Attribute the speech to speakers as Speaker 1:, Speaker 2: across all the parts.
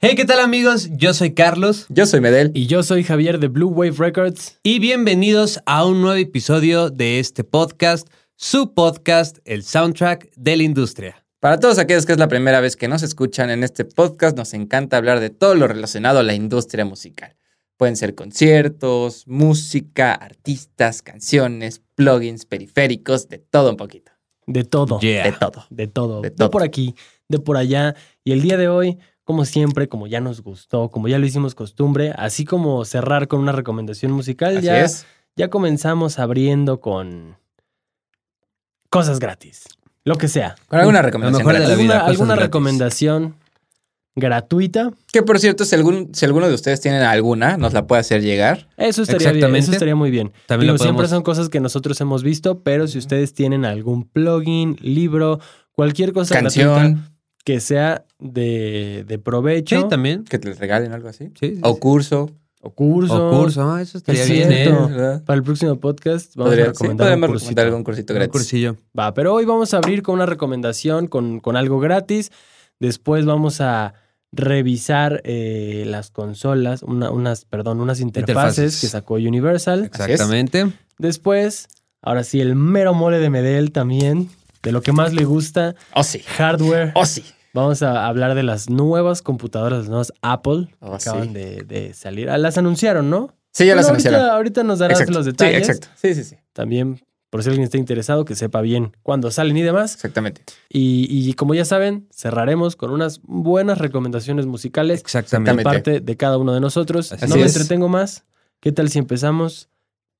Speaker 1: Hey, ¿qué tal amigos? Yo soy Carlos
Speaker 2: Yo soy Medel.
Speaker 3: Y yo soy Javier de Blue Wave Records.
Speaker 1: y bienvenidos a un nuevo episodio de este podcast, su podcast, el soundtrack de la industria.
Speaker 2: Para todos aquellos que es la primera vez que nos escuchan en este podcast, nos encanta hablar de todo lo relacionado a la industria musical. Pueden ser conciertos, música, artistas, canciones, plugins, periféricos, de todo un poquito.
Speaker 3: De todo.
Speaker 1: Yeah.
Speaker 2: De todo.
Speaker 3: De todo.
Speaker 2: De
Speaker 3: De,
Speaker 2: todo.
Speaker 3: por aquí, de por allá. Y el día de hoy, como siempre, como ya nos gustó, como ya lo hicimos costumbre, así como cerrar con una recomendación musical,
Speaker 2: Así
Speaker 3: ya,
Speaker 2: es.
Speaker 3: ya comenzamos abriendo con cosas gratis. Lo que sea.
Speaker 2: Con alguna
Speaker 1: Lo
Speaker 2: recomendación.
Speaker 1: mejor de la
Speaker 2: gratis.
Speaker 1: vida,
Speaker 3: Alguna,
Speaker 1: cosas
Speaker 3: alguna
Speaker 1: gratis.
Speaker 3: recomendación gratuita.
Speaker 2: Que por cierto, si, algún, si alguno de ustedes tienen alguna, nos la puede hacer llegar.
Speaker 3: Eso estaría bien.
Speaker 1: Exactamente.
Speaker 3: Eso estaría muy bien.
Speaker 1: También
Speaker 3: Digo,
Speaker 1: lo
Speaker 3: siempre
Speaker 1: podemos...
Speaker 3: son cosas que nosotros hemos visto, pero si ustedes tienen algún plugin, libro, cualquier cosa gratuita
Speaker 2: Canción,
Speaker 3: que sea de, de
Speaker 1: Sí,
Speaker 3: provecho
Speaker 1: también.
Speaker 2: que te regalen algo así.
Speaker 1: Sí, sí, sí.
Speaker 2: O curso.
Speaker 3: o curso,
Speaker 1: O curso, ah, eso estaría
Speaker 3: Es
Speaker 1: bien.
Speaker 3: cierto.
Speaker 1: ¿eh?
Speaker 2: ¿verdad?
Speaker 3: para el próximo podcast vamos
Speaker 2: Podría-
Speaker 3: a
Speaker 2: sí,
Speaker 3: recomendar un
Speaker 2: podemos
Speaker 3: cursito.
Speaker 2: recomendar algún cursito
Speaker 1: Un
Speaker 2: gratis.
Speaker 1: cursillo.
Speaker 3: Va, pero hoy vamos a abrir con una recomendación, con, con algo gratis. Después vamos a revisar eh, las consolas, una- unas, perdón, unas interfaces,
Speaker 1: Interfaces.
Speaker 3: que sacó Universal.
Speaker 2: Así es.
Speaker 1: Exactamente.
Speaker 3: Después, ahora sí, el mero mole de Medel también, de lo que más le gusta,
Speaker 2: Oh, sí.
Speaker 3: hardware.
Speaker 2: Oh, sí.
Speaker 3: Vamos a hablar de las nuevas computadoras, las nuevas Apple que
Speaker 2: Ah,
Speaker 3: acaban
Speaker 2: sí.
Speaker 3: de, de salir. Ah, Las anunciaron, ¿no?
Speaker 2: Sí,
Speaker 1: Pues
Speaker 2: ya las
Speaker 3: Bueno,
Speaker 2: anunciaron.
Speaker 3: Ahorita, ahorita nos darás
Speaker 2: Exacto.
Speaker 3: los detalles.
Speaker 2: Sí, exacto. Sí, sí, sí.
Speaker 3: También, por si alguien está interesado, que sepa bien cuándo salen y demás.
Speaker 2: Exactamente.
Speaker 3: Y, y como ya saben, cerraremos con unas buenas recomendaciones musicales de
Speaker 1: Exactamente.
Speaker 2: Exactamente.
Speaker 3: parte de cada uno de nosotros.
Speaker 1: Así
Speaker 3: no me
Speaker 2: es.
Speaker 3: entretengo más. ¿Qué tal si empezamos?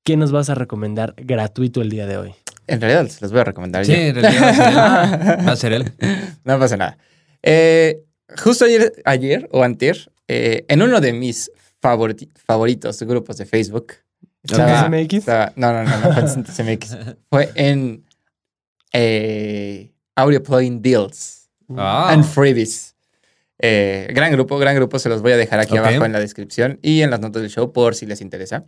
Speaker 3: ¿Qué nos vas a recomendar gratuito el día de hoy?
Speaker 2: En realidad se los voy a recomendar
Speaker 1: Sí,
Speaker 2: yo.
Speaker 1: en realidad va a ser él. Va a ser él.
Speaker 2: No pasa nada. Eh, justo ayer, ayer o antier, eh, en uno de mis favoriti- favoritos grupos de Facebook. estaba-
Speaker 3: CMX?
Speaker 2: estaba- no, no, no, no fue en CMX. Fue en eh, Audio Plugin Deals
Speaker 1: Ah.
Speaker 2: and Freebies. Eh, gran grupo, gran grupo. Se los voy a dejar aquí
Speaker 1: Ok.
Speaker 2: abajo en la descripción y en las notas del show por si les interesa.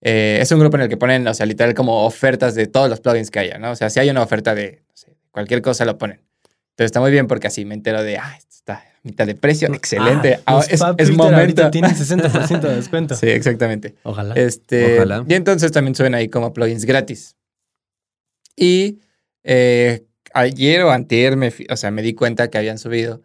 Speaker 2: Eh, es un grupo en el que ponen, o sea, literal como ofertas de todos los plugins que haya, ¿no? O sea, si hay una oferta de no sé, cualquier cosa, lo ponen. Entonces está muy bien porque así me entero de, ah, esto está a mitad de precio, excelente.
Speaker 3: Ah,
Speaker 2: Ah,
Speaker 3: los
Speaker 2: es,
Speaker 3: Pub
Speaker 2: es
Speaker 3: Filter
Speaker 2: momento.
Speaker 3: ahorita tienen 60% de descuento.
Speaker 2: Sí, exactamente.
Speaker 3: Ojalá.
Speaker 2: Este,
Speaker 1: Ojalá.
Speaker 2: Y entonces también suben ahí como plugins gratis. Y eh, ayer o antier, me, fi- o sea, me di cuenta que habían subido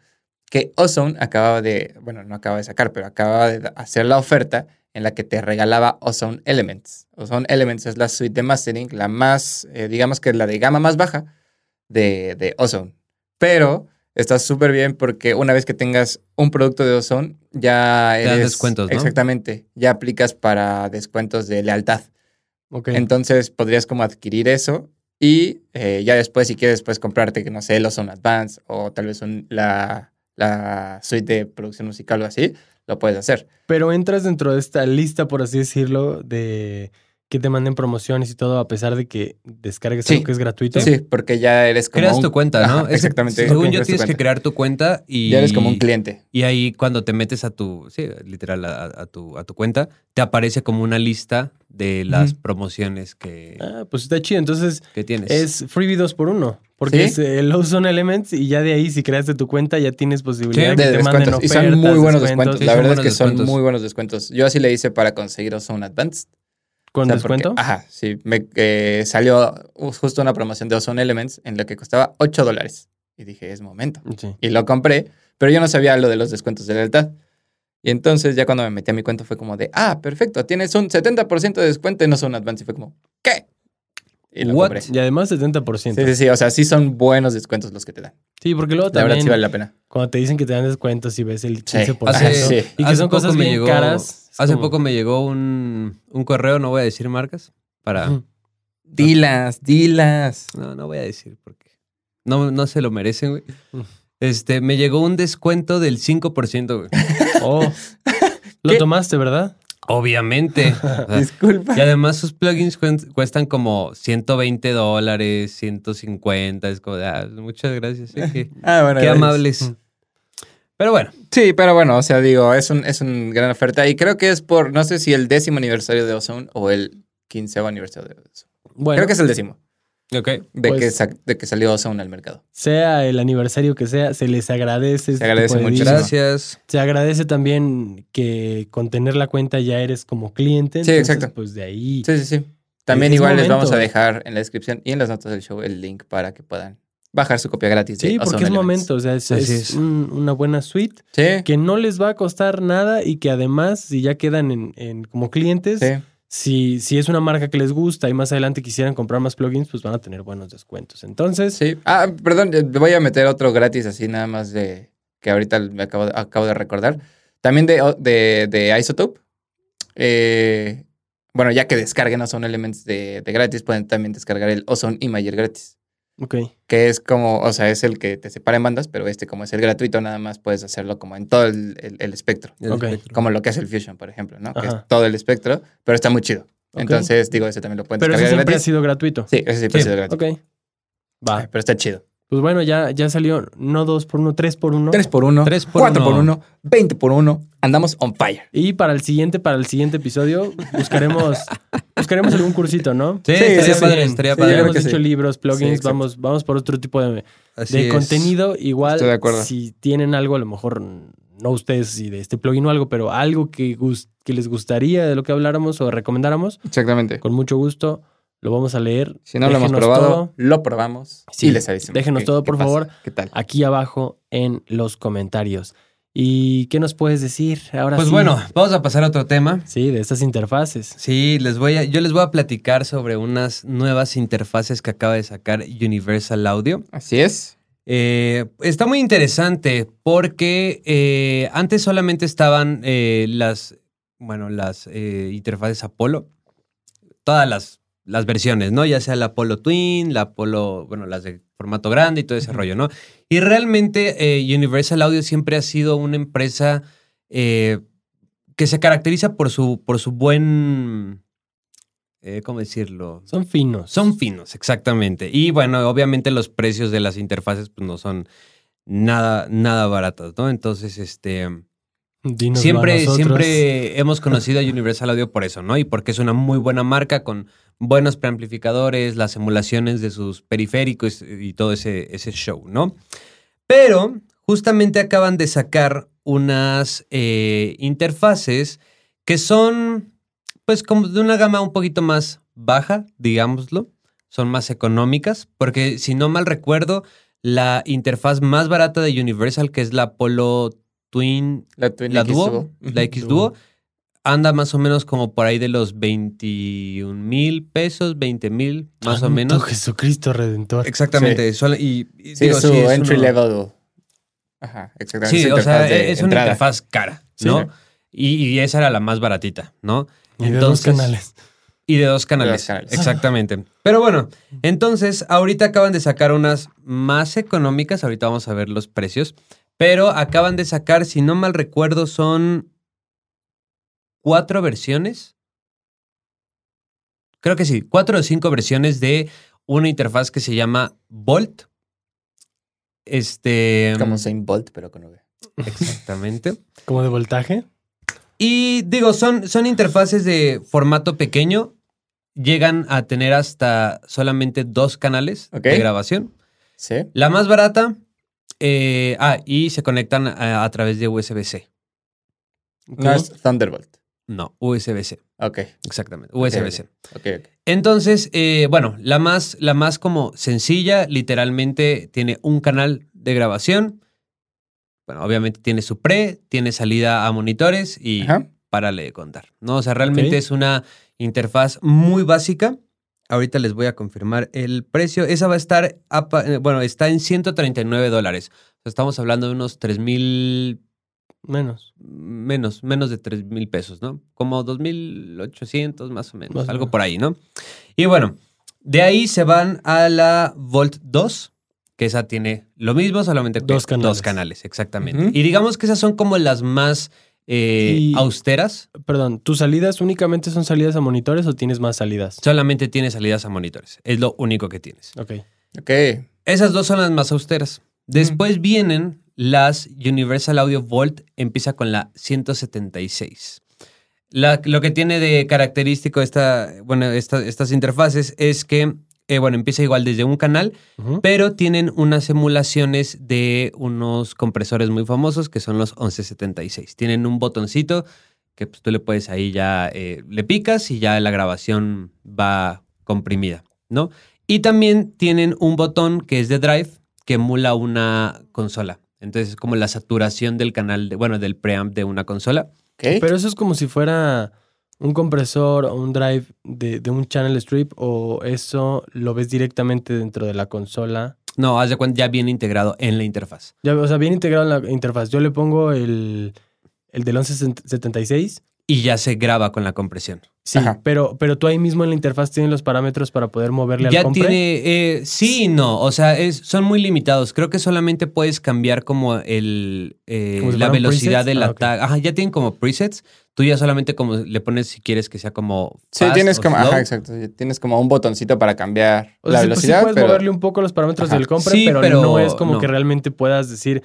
Speaker 2: que Ozone acababa de, bueno, no acaba de sacar, pero acababa de hacer la oferta en la que te regalaba Ozone Elements. Ozone Elements es la suite de mastering, la más, eh, digamos que la de gama más baja de, de Ozone. Pero está súper bien porque una vez que tengas un producto de Ozone, ya
Speaker 1: dan
Speaker 2: eres-
Speaker 1: descuentos, ¿no?
Speaker 2: Exactamente. Ya aplicas para descuentos de lealtad.
Speaker 3: Ok.
Speaker 2: Entonces podrías como adquirir eso y eh, ya después, si quieres, puedes comprarte, que no sé, el Ozone Advance o tal vez un- la, la suite de producción musical o así, lo puedes hacer.
Speaker 3: Pero entras dentro de esta lista, por así decirlo, de que te manden promociones y todo, a pesar de que descargues
Speaker 2: Sí.
Speaker 3: algo que es gratuito.
Speaker 2: Sí, porque ya eres como.
Speaker 1: Creas
Speaker 2: un-
Speaker 1: tu cuenta, ¿no?
Speaker 2: Ajá,
Speaker 1: Es-
Speaker 2: exactamente.
Speaker 1: Según yo,
Speaker 2: creas tu
Speaker 1: tienes que
Speaker 2: cuenta.
Speaker 1: crear tu cuenta y...
Speaker 2: Ya eres como un cliente.
Speaker 1: Y ahí cuando te metes a tu, sí, literal, a, a tu, a tu cuenta, te aparece como una lista de las
Speaker 2: Ujú.
Speaker 1: promociones que,
Speaker 3: Ah, pues está chido. Entonces
Speaker 1: que tienes.
Speaker 3: es freebie 2 por 1 Porque
Speaker 2: Sí.
Speaker 3: es eh, Low Zone Elements y ya de ahí, si creaste tu cuenta, ya tienes
Speaker 1: Sí,
Speaker 3: posibilidad de que
Speaker 2: de
Speaker 3: te manden
Speaker 2: descuentos.
Speaker 3: ofertas.
Speaker 2: Y son muy buenos descuentos.
Speaker 1: Sí,
Speaker 2: La
Speaker 1: son
Speaker 2: verdad es
Speaker 1: buenos
Speaker 2: que son
Speaker 1: descuentos.
Speaker 2: muy buenos descuentos. Yo así le hice para conseguir Ozone Advanced.
Speaker 3: ¿Con
Speaker 2: O sea, porque- ah.
Speaker 3: descuento?
Speaker 2: ajá, sí. Me eh, salió justo una promoción de Ozone Elements en la que costaba 8 dólares. Y dije, es momento.
Speaker 3: Sí.
Speaker 2: Y lo compré, pero yo no sabía lo de los descuentos de lealtad. Y entonces ya cuando me metí a mi cuenta fue como de, ah, perfecto, tienes un 70% de descuento en Ozone Advance. Y fue como, ¿qué? Y lo
Speaker 1: What?
Speaker 2: compré.
Speaker 3: Y además 70%.
Speaker 2: Sí, sí, sí. O sea, sí son buenos descuentos los que te dan.
Speaker 3: Sí, porque luego
Speaker 2: La verdad
Speaker 3: también
Speaker 2: sí vale la pena.
Speaker 3: cuando te dicen que te dan descuentos y ves el 15%.
Speaker 1: Hace-
Speaker 2: sí.
Speaker 3: Y que
Speaker 1: hace
Speaker 3: son
Speaker 1: poco
Speaker 3: cosas
Speaker 1: me
Speaker 3: bien
Speaker 1: llegó-
Speaker 3: caras. es
Speaker 1: Hace
Speaker 3: como-
Speaker 1: poco me llegó un, un correo, no voy a decir marcas, para...
Speaker 3: Ujú.
Speaker 2: Dilas, dilas.
Speaker 1: No, no voy a decir porque no, no se lo merecen, güey.
Speaker 3: Mm.
Speaker 1: Este, me llegó un descuento del 5%, güey.
Speaker 3: Oh. Lo
Speaker 2: ¿Qué?
Speaker 3: tomaste, ¿verdad?
Speaker 1: Obviamente. O sea,
Speaker 2: Disculpa.
Speaker 1: y además sus plugins cuen- cuestan como 120 dólares, 150. Es como, de, ah, muchas gracias. sí, que-
Speaker 2: Ah, bueno,
Speaker 1: Qué
Speaker 2: gracias.
Speaker 1: amables.
Speaker 3: Mm.
Speaker 1: Pero bueno,
Speaker 2: Sí, pero bueno, o sea, digo, es un, es un gran oferta. Y creo que es por, no sé si el décimo aniversario de Ozone o el quinceavo aniversario de Ozone.
Speaker 3: Bueno,
Speaker 2: Creo que es el décimo.
Speaker 1: Ok.
Speaker 2: de,
Speaker 3: Pues-
Speaker 2: que sa- de que salió Ozone al mercado.
Speaker 3: Sea el aniversario que sea, se les agradece. este
Speaker 2: agradece
Speaker 3: tipo de
Speaker 2: mucho.
Speaker 3: discos.
Speaker 2: Gracias.
Speaker 1: Gracias.
Speaker 3: Se agradece también que con tener la cuenta ya eres como cliente.
Speaker 2: Sí,
Speaker 3: entonces,
Speaker 2: exacto.
Speaker 3: Pues de ahí.
Speaker 2: Sí, sí, sí. También
Speaker 3: Es
Speaker 2: igual les
Speaker 3: momento.
Speaker 2: vamos a dejar en la descripción y en las notas del show el link para que puedan bajar su copia gratis. de
Speaker 3: Sí, porque
Speaker 2: Ozone
Speaker 3: es
Speaker 2: Elements.
Speaker 3: momento, o sea, es,
Speaker 1: Así
Speaker 3: es
Speaker 1: es.
Speaker 3: un- una buena suite
Speaker 2: Sí,
Speaker 3: que no les va a costar nada y que además, si ya quedan en, en- como clientes,
Speaker 2: sí.
Speaker 3: si, si es una marca que les gusta y más adelante quisieran comprar más plugins, pues van a tener buenos descuentos. Entonces,
Speaker 2: Sí. Ah, perdón, eh, voy a meter otro gratis así nada más de que ahorita me acabo de, acabo de recordar. También de, de, de Isotope. Eh, bueno, ya que descarguen Ozone Elements de, de gratis, pueden también descargar el Ozone Imager gratis.
Speaker 3: ok.
Speaker 2: Que es como, o sea, es el que te separa en bandas, pero este como es el gratuito, nada más puedes hacerlo como en todo el, el- el espectro.
Speaker 1: El
Speaker 3: Ok.
Speaker 1: espectro.
Speaker 2: Como lo que hace el Fusion, por ejemplo, ¿no? Que
Speaker 3: Ajá.
Speaker 2: es todo el espectro, pero está muy chido.
Speaker 3: Ok.
Speaker 2: Entonces, digo, ese también lo pueden
Speaker 3: Pero eso
Speaker 2: descargar
Speaker 3: siempre ha
Speaker 2: gratis.
Speaker 3: sido gratuito.
Speaker 2: Sí, ese siempre ha
Speaker 1: Sí.
Speaker 2: sido gratis.
Speaker 3: Ok. Va.
Speaker 2: Pero está chido.
Speaker 3: Pues bueno, ya, ya salió no dos por uno, tres por uno.
Speaker 2: 3 por 1,
Speaker 1: Tres
Speaker 2: 4
Speaker 1: por uno.
Speaker 2: por 1, 20 por 1, andamos on fire.
Speaker 3: Y para el siguiente, para el siguiente episodio, buscaremos, buscaremos algún cursito, ¿no?
Speaker 1: Sí,
Speaker 2: Sí,
Speaker 1: estaría
Speaker 2: sí,
Speaker 1: padre,
Speaker 3: bien.
Speaker 1: estaría
Speaker 2: Sí,
Speaker 3: Ya
Speaker 1: padre.
Speaker 2: creo
Speaker 3: hemos
Speaker 2: que
Speaker 3: dicho
Speaker 2: sí.
Speaker 3: libros,
Speaker 2: Sí,
Speaker 3: plugins,
Speaker 2: exacto.
Speaker 3: vamos, vamos por otro tipo de,
Speaker 1: Así
Speaker 3: de
Speaker 1: es.
Speaker 3: contenido. Igual,
Speaker 2: Estoy de acuerdo.
Speaker 3: si tienen algo, a lo mejor, no ustedes si de este plugin o algo, pero algo que, gus- que les gustaría de lo que habláramos o recomendáramos,
Speaker 2: Exactamente.
Speaker 3: con mucho gusto lo vamos a leer.
Speaker 2: Si no lo hemos
Speaker 3: Déjenos
Speaker 2: probado,
Speaker 3: todo
Speaker 2: lo probamos
Speaker 3: Sí,
Speaker 2: y les avisamos.
Speaker 3: déjenos
Speaker 2: qué-
Speaker 3: todo,
Speaker 2: qué
Speaker 3: por
Speaker 2: pasa,
Speaker 3: favor.
Speaker 2: ¿Qué tal?
Speaker 3: aquí abajo en los comentarios. ¿Y qué nos puedes decir ahora
Speaker 1: Pues
Speaker 3: sí?
Speaker 1: bueno, vamos a pasar a otro tema.
Speaker 3: Sí, de estas interfaces.
Speaker 1: Sí, les voy a, yo les voy a platicar sobre unas nuevas interfaces que acaba de sacar Universal Audio.
Speaker 2: Así es.
Speaker 1: Eh, está muy interesante porque eh, antes solamente estaban eh, las, bueno, las eh, interfaces Apollo, todas las, las versiones, ¿no? Ya sea la Apollo Twin, la Apollo, bueno, las de formato grande y todo ese
Speaker 2: Ujú.
Speaker 1: rollo, ¿no? Y realmente eh, Universal Audio siempre ha sido una empresa eh, que se caracteriza por su, por su buen, eh, ¿cómo decirlo?
Speaker 3: Son finos.
Speaker 1: Son finos, exactamente. Y bueno, obviamente los precios de las interfaces pues, no son nada, nada baratas, ¿no? Entonces, este,
Speaker 3: Dinos a
Speaker 1: siempre,
Speaker 3: nosotros.
Speaker 1: siempre hemos conocido a Universal Audio por eso, ¿no? Y porque es una muy buena marca con buenos preamplificadores, las emulaciones de sus periféricos y todo ese, ese show, ¿no? Pero justamente acaban de sacar unas eh, interfaces que son, pues, como de una gama un poquito más baja, digámoslo. Son más económicas, porque si no mal recuerdo, la interfaz más barata de Universal, que es la Apollo Twin
Speaker 2: La Twin
Speaker 1: la
Speaker 2: X
Speaker 1: Duo,
Speaker 2: tuvo.
Speaker 1: la
Speaker 2: Ujú.
Speaker 1: X
Speaker 3: Duo.
Speaker 1: Duo, anda más o menos como por ahí de los 21 mil pesos, 20 mil, más o
Speaker 3: Santo
Speaker 1: menos. E,
Speaker 3: Jesucristo Redentor.
Speaker 1: Exactamente. solo- y, y
Speaker 2: Ah, Sí,
Speaker 1: digo,
Speaker 2: es su
Speaker 1: sí, es
Speaker 2: entry
Speaker 1: uno-
Speaker 2: level. Ajá, exactamente.
Speaker 1: Sí,
Speaker 2: su
Speaker 1: o sea,
Speaker 2: interfaz de
Speaker 1: es una
Speaker 2: entrada.
Speaker 1: interfaz cara,
Speaker 2: Sí.
Speaker 1: ¿no? Y, y esa era la más baratita, ¿no?
Speaker 3: Y de dos
Speaker 1: Entonces-
Speaker 3: canales.
Speaker 1: Y de dos canales.
Speaker 2: canales.
Speaker 1: Exactamente. Pero bueno, entonces ahorita acaban de sacar unas más económicas. Ahorita vamos a ver los precios. Pero acaban de sacar, si no mal recuerdo, son cuatro versiones. Creo que sí, cuatro o cinco versiones de una interfaz que se llama Volt. Este.
Speaker 2: Como Saint Bolt, pero con V.
Speaker 1: Exactamente.
Speaker 3: Como de voltaje.
Speaker 1: Y digo, son, son interfaces de formato pequeño. Llegan a tener hasta solamente dos canales
Speaker 2: Ok.
Speaker 1: de grabación.
Speaker 2: Sí.
Speaker 1: La más barata. eh, ah, y se conectan a, a través de USB-C.
Speaker 2: No es Thunderbolt.
Speaker 1: No, USB-C.
Speaker 2: Ok,
Speaker 1: Exactamente. USB-C.
Speaker 2: ok, ok.
Speaker 1: Entonces, eh, bueno, la más, la más como sencilla, literalmente tiene un canal de grabación. Bueno, obviamente tiene su pre, tiene salida a monitores y
Speaker 2: Ajá.
Speaker 1: párale de contar. ¿no? O sea, realmente
Speaker 3: Ok.
Speaker 1: es una interfaz muy básica. Ahorita les voy a confirmar el precio. Esa va a estar, a pa- eh, bueno, está en 139 dólares. Estamos hablando de unos 3 mil,
Speaker 3: Menos.
Speaker 1: menos, menos de 3 mil pesos, ¿no? Como 2,800 más o menos,
Speaker 3: Más o
Speaker 1: algo
Speaker 3: menos.
Speaker 1: por ahí, ¿no? Y bueno, de ahí se van a la Volt 2, que esa tiene lo mismo, solamente que
Speaker 3: Dos canales.
Speaker 1: dos canales, exactamente.
Speaker 2: Ujú.
Speaker 1: Y digamos que esas son como las más eh,
Speaker 3: Y-
Speaker 1: austeras.
Speaker 3: Perdón, ¿tus salidas únicamente son salidas a monitores o tienes más salidas?
Speaker 1: Solamente tiene salidas a monitores. Es lo único que tienes.
Speaker 3: Ok.
Speaker 2: Ok.
Speaker 1: Esas dos son las más austeras. Después vienen las Universal Audio Volt, empieza con la 176. La- lo que tiene de característico esta, bueno, esta- estas interfaces es que eh, bueno, empieza igual desde un canal,
Speaker 3: Ujú.
Speaker 1: pero tienen unas emulaciones de unos compresores muy famosos que son los 1176. Tienen un botoncito que pues, tú le puedes ahí ya, eh, le picas y ya la grabación va comprimida, ¿no? Y también tienen un botón que es de drive que emula una consola. Entonces es como la saturación del canal, de, bueno, del preamp de una consola.
Speaker 2: ¿Ok?
Speaker 3: Pero eso es como si fuera un compresor o un drive de, de un channel strip o eso lo ves directamente dentro de la consola.
Speaker 1: No, haz de cuenta, ya viene integrado en la interfaz.
Speaker 3: Ya, o sea, bien integrado en la interfaz. Yo le pongo el, el del 1176.
Speaker 1: Y ya se graba con la compresión.
Speaker 3: Sí,
Speaker 2: Ajá.
Speaker 3: pero, pero tú ahí mismo en la interfaz tienes los parámetros para poder moverle al
Speaker 1: Ya
Speaker 3: compre.
Speaker 1: tiene, eh, sí y no, o sea, es, son muy limitados. Creo que solamente puedes cambiar como el eh,
Speaker 3: Como si
Speaker 1: la
Speaker 3: fueran
Speaker 1: velocidad
Speaker 3: presets.
Speaker 1: del
Speaker 3: Ah, ok.
Speaker 1: ataque. Ajá, ya tienen como presets. Tú ya solamente como le pones si quieres que sea como
Speaker 2: Sí,
Speaker 1: fast
Speaker 2: tienes
Speaker 1: o
Speaker 2: como,
Speaker 1: slow.
Speaker 2: ajá, exacto. Tienes como un botoncito para cambiar
Speaker 3: O sea,
Speaker 2: la
Speaker 3: sí, pues, sí
Speaker 2: velocidad,
Speaker 3: puedes
Speaker 2: pero
Speaker 3: moverle un poco los parámetros
Speaker 2: Ajá.
Speaker 3: del compre,
Speaker 1: Sí,
Speaker 3: pero,
Speaker 1: pero
Speaker 3: no es como
Speaker 1: no.
Speaker 3: que realmente puedas decir,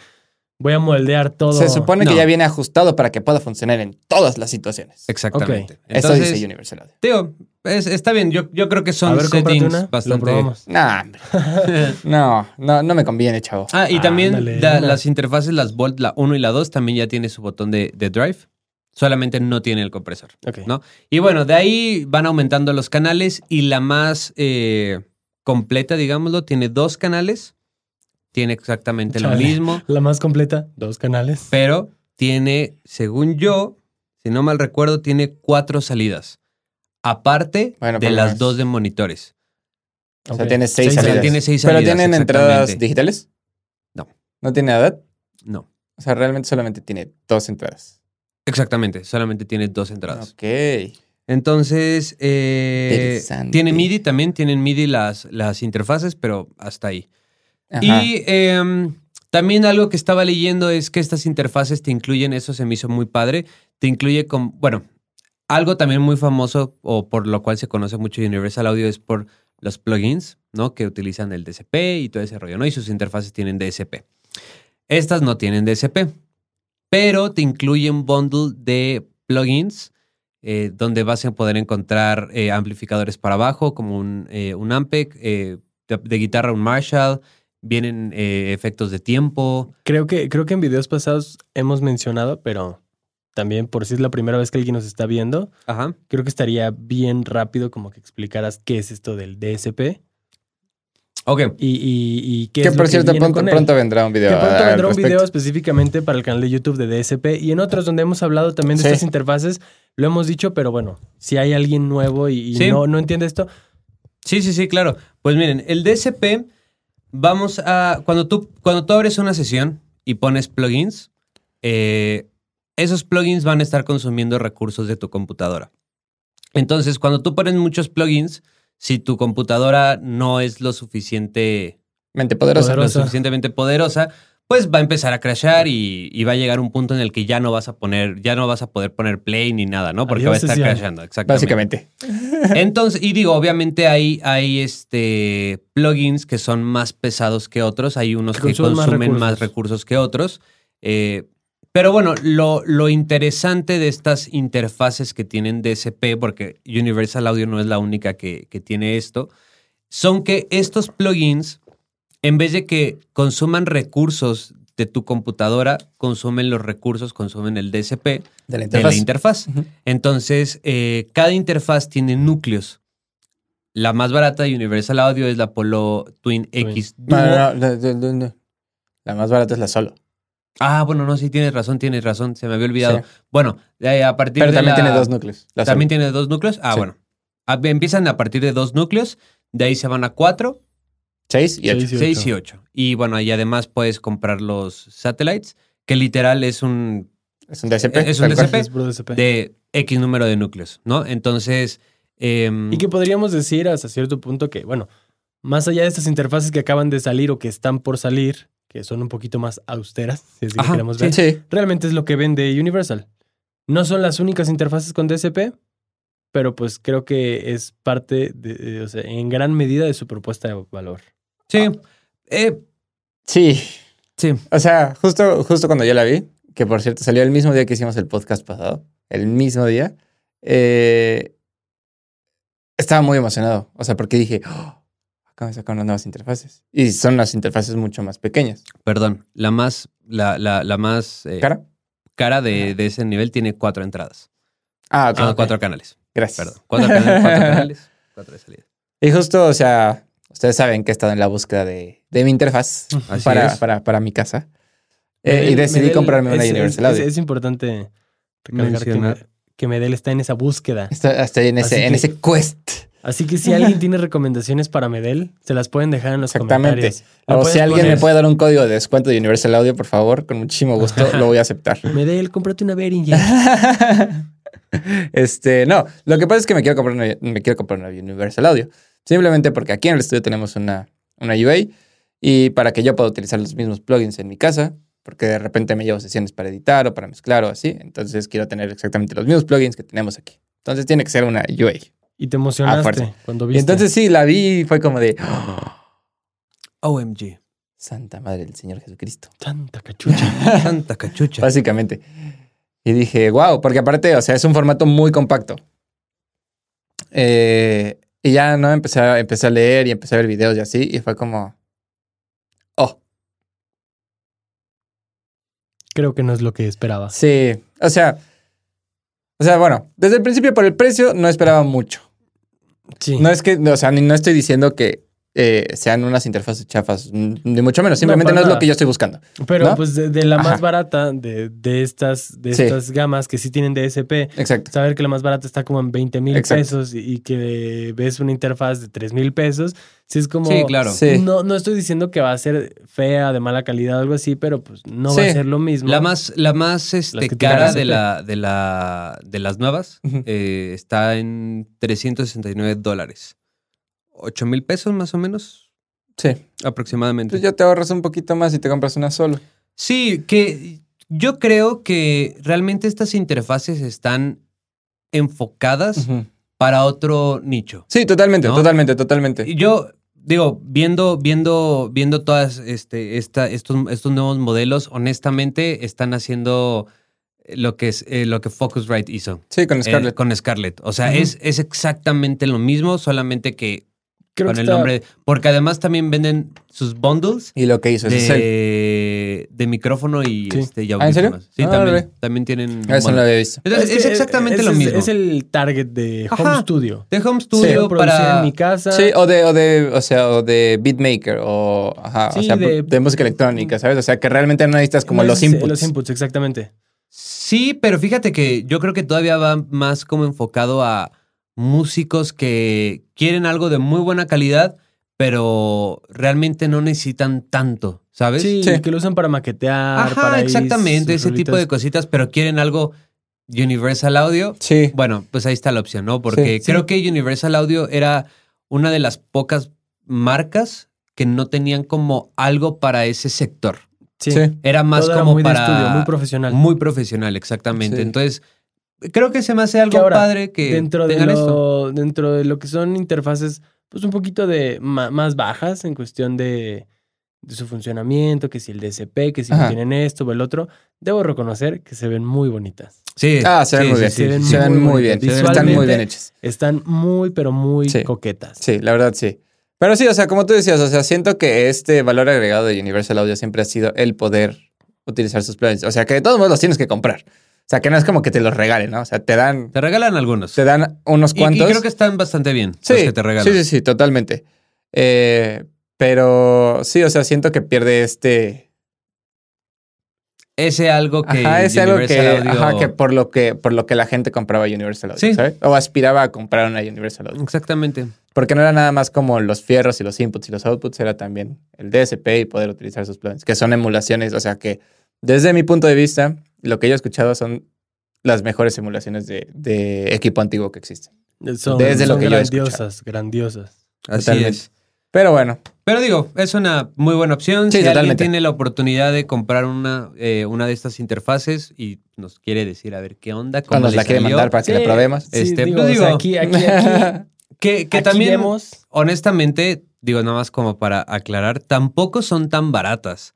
Speaker 3: voy a moldear todo.
Speaker 2: se supone
Speaker 1: No.
Speaker 2: que ya viene ajustado para que pueda funcionar en todas las situaciones.
Speaker 1: Exactamente.
Speaker 2: Eso
Speaker 1: Entonces,
Speaker 2: dice Universal Audio.
Speaker 1: tío, es- está bien. Yo, yo creo que
Speaker 3: a
Speaker 1: son
Speaker 3: ver, cómprate
Speaker 1: settings
Speaker 3: una, lo
Speaker 1: bastante.
Speaker 3: probamos.
Speaker 2: Nah, hombre. no, no, no me conviene, chavo.
Speaker 1: Ah, y también
Speaker 3: Ándale,
Speaker 1: la-
Speaker 3: una.
Speaker 1: las interfaces, las Volt, la 1 y la 2, también ya tiene su botón de- de drive. Solamente no tiene el compresor.
Speaker 3: Ok.
Speaker 1: No. Y bueno, de ahí van aumentando los canales y la más eh, completa, digámoslo, tiene dos canales. Tiene exactamente lo
Speaker 3: Chale.
Speaker 1: mismo,
Speaker 3: La más completa, dos canales.
Speaker 1: pero tiene, según yo, si no mal recuerdo, tiene cuatro salidas. Aparte
Speaker 2: Bueno,
Speaker 1: de
Speaker 2: por lo
Speaker 1: las
Speaker 2: menos.
Speaker 1: dos de monitores.
Speaker 2: O sea,
Speaker 3: Ok.
Speaker 2: tiene seis
Speaker 1: O sea,
Speaker 2: salidas.
Speaker 1: tiene seis
Speaker 2: ¿Pero
Speaker 1: salidas,
Speaker 2: tienen
Speaker 1: exactamente.
Speaker 2: entradas digitales?
Speaker 1: No.
Speaker 2: ¿No tiene edad?
Speaker 1: No.
Speaker 2: O sea, realmente solamente tiene dos entradas.
Speaker 1: Exactamente, solamente tiene dos entradas.
Speaker 2: Ok. Eso
Speaker 1: Entonces, eh,
Speaker 2: Interesante.
Speaker 1: tiene MIDI también, tienen MIDI las, las interfaces, pero hasta ahí. Y em, también algo que estaba leyendo es que estas interfaces te incluyen, eso se me hizo muy padre, te incluye con, bueno, algo también muy famoso o por lo cual se conoce mucho Universal Audio es por los plugins, ¿no? Que utilizan el DSP y todo ese rollo, ¿no? Y sus interfaces tienen DSP. Estas no tienen DSP, pero te incluye un bundle de plugins eh, donde vas a poder encontrar eh, amplificadores para bajo, como un, eh, un Ampeg, eh, de, de guitarra un Marshall, vienen eh, efectos de tiempo.
Speaker 3: Creo que, creo que en videos pasados hemos mencionado, pero también por si es la primera vez que alguien nos está viendo,
Speaker 1: Ajá.
Speaker 3: creo que estaría bien rápido como que explicaras qué es esto del DSP
Speaker 1: Ok,
Speaker 3: y, y, y qué
Speaker 2: que
Speaker 3: es lo
Speaker 2: por cierto,
Speaker 3: viene
Speaker 2: pronto,
Speaker 3: con él.
Speaker 2: pronto vendrá un
Speaker 3: Que
Speaker 2: video.
Speaker 3: pronto
Speaker 2: al
Speaker 3: vendrá un video
Speaker 2: respecto.
Speaker 3: específicamente para el canal de YouTube de DSP y en otros donde hemos hablado también de
Speaker 2: Sí.
Speaker 3: estas interfaces. Lo hemos dicho, pero bueno, si hay alguien nuevo y, y
Speaker 1: Sí.
Speaker 3: no, no entiende esto,
Speaker 1: Sí, sí, sí, claro. Pues miren, el DSP, vamos a. Cuando tú, cuando tú abres una sesión y pones plugins, eh, esos plugins van a estar consumiendo recursos de tu computadora. Entonces, cuando tú pones muchos plugins, si tu computadora no es lo suficiente
Speaker 2: Mente poderosa.
Speaker 3: Poderosa.
Speaker 1: lo suficientemente poderosa, pues va a empezar a crashear y, y va a llegar un punto en el que ya no vas a poner, ya no vas a poder poner play ni nada, ¿no? Porque
Speaker 3: Adiós,
Speaker 1: va a estar
Speaker 3: sesión.
Speaker 1: crasheando, exactamente.
Speaker 2: Básicamente.
Speaker 1: Entonces, y digo, obviamente hay, hay este plugins que son más pesados que otros, hay unos
Speaker 3: Que
Speaker 1: que
Speaker 3: consumen
Speaker 1: consumen,
Speaker 3: más recursos.
Speaker 1: más, recursos que otros. eh, pero bueno, lo, lo interesante de estas interfaces que tienen DSP, porque Universal Audio no es la única que, que tiene esto, son que estos plugins, en vez de que consuman recursos de tu computadora, consumen los recursos, consumen el DSP de
Speaker 2: De la
Speaker 1: la
Speaker 2: interfaz.
Speaker 1: interfaz.
Speaker 2: Ujú.
Speaker 1: Entonces, eh, cada interfaz tiene núcleos. La más barata de Universal Audio es la Apollo Twin
Speaker 3: Twin.
Speaker 1: X Duo.
Speaker 2: No, no, no, no, no, no. La más barata es la solo.
Speaker 1: Ah, bueno, no, sí, tienes razón, tienes razón, se me había olvidado.
Speaker 2: Sí.
Speaker 1: Bueno, eh, a partir
Speaker 2: Pero
Speaker 1: de
Speaker 2: también
Speaker 1: la-
Speaker 2: tiene dos núcleos. la
Speaker 1: ¿También
Speaker 2: solo.
Speaker 1: tiene dos núcleos? Ah,
Speaker 2: Sí.
Speaker 1: bueno. A- Empiezan a partir de dos núcleos, de ahí se van a cuatro,
Speaker 2: Seis y ocho.
Speaker 3: Seis y ocho.
Speaker 1: seis y ocho. Y bueno, y además puedes comprar los satellites, que literal es un
Speaker 2: Es un DSP.
Speaker 1: Es un
Speaker 2: tal cual.
Speaker 1: DSP.
Speaker 3: es puro
Speaker 2: Pues.
Speaker 3: DSP.
Speaker 1: de X número de núcleos, ¿no? Entonces... em,
Speaker 3: Y que podríamos decir hasta cierto punto que, bueno, más allá de estas interfaces que acaban de salir o que están por salir, que son un poquito más austeras, si así lo
Speaker 1: Ajá,
Speaker 3: queremos
Speaker 1: sí.
Speaker 3: ver,
Speaker 2: Sí.
Speaker 3: realmente es lo que vende Universal. No son las únicas interfaces con DSP, pero pues creo que es parte, de, eh, o sea, en gran medida de su propuesta de valor.
Speaker 1: sí.
Speaker 2: Ah.
Speaker 1: Eh,
Speaker 2: Sí.
Speaker 1: sí.
Speaker 2: O sea, justo, justo cuando yo la vi, que por cierto salió el mismo día que hicimos el podcast pasado, el mismo día, eh, estaba muy emocionado. O sea, porque dije, "Oh, Acaban de sacar unas nuevas interfaces. Y son las interfaces mucho más pequeñas.
Speaker 1: Perdón, la más, la, la, la más eh, cara,
Speaker 2: ¿Cara?
Speaker 1: de, de ese nivel tiene cuatro entradas.
Speaker 2: Ah, ok,
Speaker 1: Ah,
Speaker 2: ok.
Speaker 1: cuatro canales.
Speaker 2: Gracias.
Speaker 1: Perdón. Cuatro canales, cuatro canales, cuatro de salida.
Speaker 2: Y justo, o sea, ustedes saben que he estado en la búsqueda de, de mi interfaz
Speaker 1: Así
Speaker 2: para,
Speaker 1: es.
Speaker 2: para, para mi casa.
Speaker 3: Me
Speaker 2: Eh,
Speaker 3: dé-
Speaker 2: y
Speaker 3: me
Speaker 2: decidí
Speaker 3: dé el-
Speaker 2: comprarme una
Speaker 3: es- es-
Speaker 2: Universal
Speaker 3: es,
Speaker 2: Audio.
Speaker 3: es importante recalcar que,
Speaker 1: Mencionar.
Speaker 3: me- que Medel está en esa búsqueda.
Speaker 2: Está- Estoy en ese,
Speaker 3: Así
Speaker 2: en
Speaker 3: que-
Speaker 2: ese quest.
Speaker 3: Así que si alguien tiene recomendaciones para Medel, se las pueden dejar en los
Speaker 2: Exactamente.
Speaker 3: comentarios. Lo
Speaker 2: O
Speaker 3: puedes
Speaker 2: si alguien me
Speaker 3: poner,
Speaker 2: puede dar un código de descuento de Universal Audio, por favor, con muchísimo gusto lo voy a aceptar.
Speaker 3: Medel, cómprate una Behringer.
Speaker 2: este, no, lo que pasa es que me quiero comprar una, me quiero comprar una Universal Audio. Simplemente porque aquí en el estudio tenemos una, una UA y para que yo pueda utilizar los mismos plugins en mi casa, porque de repente me llevo sesiones para editar o para mezclar o así. Entonces quiero tener exactamente los mismos plugins que tenemos aquí. Entonces tiene que ser una UA.
Speaker 3: Y te
Speaker 2: Ah,
Speaker 3: emocionaste
Speaker 2: fuerte.
Speaker 3: cuando
Speaker 2: Y
Speaker 3: viste.
Speaker 2: entonces sí, la vi y fue como de "Ah,
Speaker 1: OMG.
Speaker 2: Santa Madre del Señor Jesucristo.
Speaker 3: tanta cachucha.
Speaker 1: Santa cachucha.
Speaker 2: Básicamente. Y dije, wow, porque aparte, o sea, es un formato muy compacto. Eh, y ya, ¿no? Empecé a, empecé a leer y empecé a ver videos y así, y fue como, oh,
Speaker 3: Creo que no es lo que
Speaker 2: Ah.
Speaker 3: esperaba.
Speaker 2: sí. O sea, o sea, bueno, desde el principio por el precio no esperaba mucho.
Speaker 3: Sí.
Speaker 2: No es que, o sea, ni- no estoy diciendo que eh, sean unas interfaces chafas, n- ni mucho menos. Simplemente
Speaker 3: para
Speaker 2: no es lo
Speaker 3: nada.
Speaker 2: que yo estoy buscando.
Speaker 3: Pero
Speaker 2: ¿no?
Speaker 3: pues de, de la más
Speaker 2: Ajá.
Speaker 3: barata de, de estas, de
Speaker 2: Sí.
Speaker 3: estas gamas que sí tienen DSP,
Speaker 2: Exacto.
Speaker 3: saber que la más barata está como en 20 mil
Speaker 2: Exacto.
Speaker 3: pesos y, y que ves una interfaz de 3 mil pesos, sí es como...
Speaker 1: Sí, claro.
Speaker 2: Sí.
Speaker 3: No, no estoy diciendo que va a ser fea, de mala calidad o algo así, pero pues no va
Speaker 2: Sí.
Speaker 3: a ser lo mismo.
Speaker 1: La más, la más
Speaker 3: Las
Speaker 1: este,
Speaker 3: que tienen
Speaker 1: cara
Speaker 3: SP.
Speaker 1: de, la, de, la, de las nuevas
Speaker 2: Ujú.
Speaker 1: eh, está en 369 dólares. 8 mil pesos más o menos,
Speaker 2: Sí.
Speaker 1: aproximadamente.
Speaker 2: Pues ya te ahorras un poquito más y te compras una solo.
Speaker 1: Sí, que yo creo que realmente estas interfaces están enfocadas
Speaker 2: Ujú.
Speaker 1: para otro nicho.
Speaker 2: Sí, totalmente,
Speaker 1: ¿No?
Speaker 2: totalmente, totalmente.
Speaker 1: Y Yo digo, viendo, viendo, viendo todas este, esta, estos, estos nuevos modelos, honestamente están haciendo lo que es eh, lo que Focusrite hizo
Speaker 2: Sí, con
Speaker 1: eh,
Speaker 2: Scarlett.
Speaker 1: con Scarlett. O sea,
Speaker 2: Ujú.
Speaker 1: es, es exactamente lo mismo, solamente que
Speaker 3: Creo
Speaker 1: con
Speaker 3: que
Speaker 1: el
Speaker 3: está-
Speaker 1: nombre. Porque además también venden sus bundles
Speaker 2: Y lo que hizo es él.
Speaker 1: de, de micrófono y,
Speaker 3: Sí.
Speaker 1: este, y
Speaker 2: Ah, ¿en serio?
Speaker 1: audífonos. Sí,
Speaker 2: Ah, órale.
Speaker 1: también, también tienen.
Speaker 3: Ah,
Speaker 2: Eso no
Speaker 1: bueno,
Speaker 2: lo había visto.
Speaker 1: es, es
Speaker 3: que
Speaker 1: exactamente
Speaker 3: ese
Speaker 1: lo
Speaker 3: es-
Speaker 1: mismo.
Speaker 3: Es el target de Home
Speaker 1: Ajá.
Speaker 3: Studio.
Speaker 1: de Home
Speaker 3: Quiero
Speaker 1: Studio
Speaker 3: producir en
Speaker 1: para.
Speaker 3: mi casa.
Speaker 2: Sí, o de, o de, o sea, o de beatmaker, o, ajá, o
Speaker 3: Sí,
Speaker 2: sea, de,
Speaker 3: de-
Speaker 2: música electrónica, ¿sabes? O sea, que realmente no necesitas como
Speaker 3: No,
Speaker 2: los
Speaker 3: es-
Speaker 2: inputs.
Speaker 3: Los inputs, exactamente.
Speaker 1: Sí, pero fíjate que yo creo que todavía va más como enfocado a músicos que quieren algo de muy buena calidad, pero realmente no necesitan tanto, ¿sabes?
Speaker 3: Sí,
Speaker 2: Sí.
Speaker 3: que lo usan para maquetear. para
Speaker 1: Ajá,
Speaker 3: ahí
Speaker 1: exactamente,
Speaker 3: sus
Speaker 1: ese tipo de
Speaker 3: rolitas.
Speaker 1: cositas, pero quieren algo Universal Audio.
Speaker 2: Sí,
Speaker 1: Bueno, pues ahí está la opción, ¿no? Porque
Speaker 2: Sí, sí.
Speaker 1: creo que Universal Audio era una de las pocas marcas que no tenían como algo para ese sector.
Speaker 2: sí,
Speaker 3: Sí.
Speaker 2: sí.
Speaker 1: Era más
Speaker 3: Todo era
Speaker 1: como
Speaker 3: muy
Speaker 1: para
Speaker 3: de estudio, muy profesional.
Speaker 1: muy profesional, exactamente.
Speaker 2: Sí.
Speaker 1: Entonces, creo que se me hace algo
Speaker 3: Que ahora,
Speaker 1: padre que
Speaker 3: dentro, de
Speaker 1: tengan esto.
Speaker 3: lo, dentro de lo que son interfaces, pues un poquito de ma- más bajas en cuestión de, de su funcionamiento, que si el DSP, que si
Speaker 2: Ajá.
Speaker 3: tienen esto o el otro, debo reconocer que se ven muy bonitas.
Speaker 1: Sí,
Speaker 2: Ah, se ven
Speaker 1: sí,
Speaker 2: muy
Speaker 1: sí,
Speaker 2: bien.
Speaker 1: sí, sí,
Speaker 2: se
Speaker 1: sí.
Speaker 2: ven muy bien.
Speaker 1: bonitas.
Speaker 2: Están muy bien
Speaker 3: Visualmente,
Speaker 2: hechas.
Speaker 3: Están muy, pero muy
Speaker 2: Sí.
Speaker 3: coquetas.
Speaker 2: Sí, la verdad sí. Pero sí, o sea, como tú decías, o sea, siento que este valor agregado de Universal Audio siempre ha sido el poder utilizar sus plugins. O sea, que de todos modos los tienes que comprar. O sea, que no es como que te los regalen, ¿no? O sea, te dan,
Speaker 1: Te regalan algunos.
Speaker 2: te dan unos
Speaker 1: Y, y
Speaker 2: cuantos.
Speaker 1: creo que están bastante bien los que te regalan.
Speaker 2: Sí, sí, sí, totalmente. Eh, pero sí, o sea, siento que pierde este.
Speaker 1: Ese algo que
Speaker 2: ajá, es algo que,
Speaker 1: Universal Audio-
Speaker 2: ajá, que por lo que por lo que la gente compraba Universal Audio,
Speaker 1: Sí.
Speaker 2: ¿sabes? O aspiraba a comprar una Universal Audio.
Speaker 1: Exactamente.
Speaker 2: Porque no era nada más como los fierros y los inputs y los outputs, era también el DSP y poder utilizar sus plugins, que son emulaciones. O sea que, desde mi punto de vista, lo que yo he escuchado son las mejores emulaciones de, de equipo antiguo que existen.
Speaker 3: Son,
Speaker 2: Desde lo
Speaker 3: son
Speaker 2: que yo he escuchado.
Speaker 3: grandiosas, grandiosas.
Speaker 1: Así
Speaker 2: Totalmente.
Speaker 1: es.
Speaker 2: Pero bueno,
Speaker 1: Pero digo, es una muy buena opción. si
Speaker 2: Sí,
Speaker 1: alguien
Speaker 2: totalmente.
Speaker 1: tiene la oportunidad de comprar una, eh, una de estas interfaces y nos quiere decir a ver qué onda, cómo
Speaker 2: cuando nos
Speaker 1: le
Speaker 2: la quiere
Speaker 1: salió,
Speaker 2: mandar para que la
Speaker 3: Sí.
Speaker 2: probemos.
Speaker 3: Sí,
Speaker 1: Este,
Speaker 3: digo,
Speaker 1: pues
Speaker 3: o sea,
Speaker 1: digo-
Speaker 3: aquí, aquí, aquí,
Speaker 1: Que, que
Speaker 3: aquí
Speaker 1: también,
Speaker 3: vemos-
Speaker 1: honestamente, digo nada más como para aclarar, tampoco son tan baratas.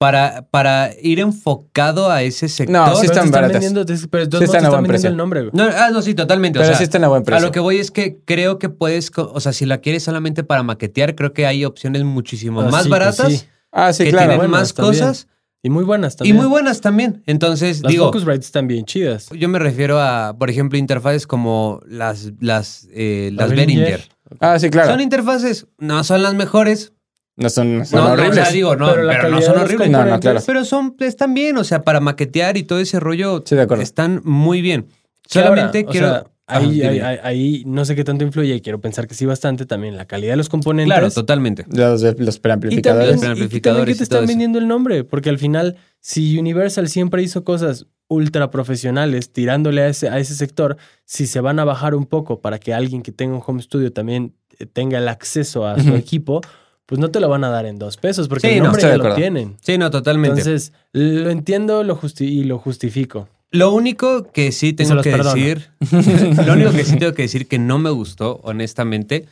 Speaker 1: para, para ir enfocado a ese sector.
Speaker 2: No, sí
Speaker 3: Pero
Speaker 2: están
Speaker 3: te
Speaker 2: baratas.
Speaker 3: vendiendo, te- pero de todos
Speaker 2: Sí
Speaker 3: modos
Speaker 2: están
Speaker 3: te
Speaker 2: a
Speaker 3: están
Speaker 2: buen
Speaker 3: vendiendo
Speaker 2: precio.
Speaker 3: el nombre, güey.
Speaker 1: No, ah, no, sí, totalmente. o
Speaker 2: Pero
Speaker 1: sea,
Speaker 2: sí están a buen precio.
Speaker 1: A lo que voy es que creo que puedes, co- o sea, si la quieres solamente para maquetear, creo que hay opciones muchísimo
Speaker 3: Ah,
Speaker 1: más
Speaker 3: sí, pues
Speaker 1: baratas
Speaker 3: sí.
Speaker 2: Ah, sí,
Speaker 1: que
Speaker 2: claro.
Speaker 1: tienen
Speaker 3: Bueno,
Speaker 1: más
Speaker 3: está bien.
Speaker 1: cosas
Speaker 3: Y muy buenas
Speaker 1: y
Speaker 3: también.
Speaker 1: muy buenas también. Entonces,
Speaker 3: Las
Speaker 1: digo,
Speaker 3: Focusrite están bien chidas.
Speaker 1: yo me refiero a, por ejemplo, interfaces como las, las, eh, las
Speaker 3: La
Speaker 1: Behringer.
Speaker 2: Ah, sí, claro.
Speaker 1: Son interfaces, no son las mejores.
Speaker 2: No son, son
Speaker 1: No, no, o
Speaker 2: horribles.
Speaker 1: sea, digo, no,
Speaker 3: Pero la
Speaker 1: pero no
Speaker 3: calidad
Speaker 1: son
Speaker 3: de los
Speaker 1: horribles.
Speaker 2: No, no, Ah, claro.
Speaker 1: Pero son, están bien, o sea, para maquetear y todo ese rollo,
Speaker 2: Sí, de acuerdo.
Speaker 1: están muy bien.
Speaker 3: Que
Speaker 1: Solamente
Speaker 3: ahora, o
Speaker 1: quiero...
Speaker 3: sea,
Speaker 1: Ajá,
Speaker 3: ahí,
Speaker 1: dime.
Speaker 3: ahí- ahí- ahí no sé qué tanto influye y quiero pensar que sí bastante también la calidad de los componentes.
Speaker 1: claro, totalmente.
Speaker 2: Los, los
Speaker 3: Y también,
Speaker 2: preamplificadores.
Speaker 1: Los
Speaker 3: y que también
Speaker 1: amplificadores
Speaker 3: que
Speaker 1: y
Speaker 3: te
Speaker 1: todo
Speaker 3: están
Speaker 1: eso.
Speaker 3: vendiendo el nombre, porque al final, si Universal siempre hizo cosas ultra profesionales tirándole a ese, a ese sector, si se van a bajar un poco para que alguien que tenga un home studio también eh, tenga el acceso a su
Speaker 2: Ujú.
Speaker 3: equipo, pues no te lo van a dar en dos pesos, porque
Speaker 1: Sí,
Speaker 3: el
Speaker 1: no,
Speaker 3: nombre
Speaker 2: estoy
Speaker 3: ya
Speaker 2: de
Speaker 3: lo
Speaker 2: acuerdo.
Speaker 3: tienen.
Speaker 1: Sí, no, totalmente.
Speaker 3: Entonces, lo entiendo lo justi- y lo justifico.
Speaker 1: Lo único que sí
Speaker 3: se
Speaker 1: tengo
Speaker 3: los
Speaker 1: que
Speaker 3: perdono.
Speaker 1: decir, lo único que sí tengo que decir que no me gustó, honestamente,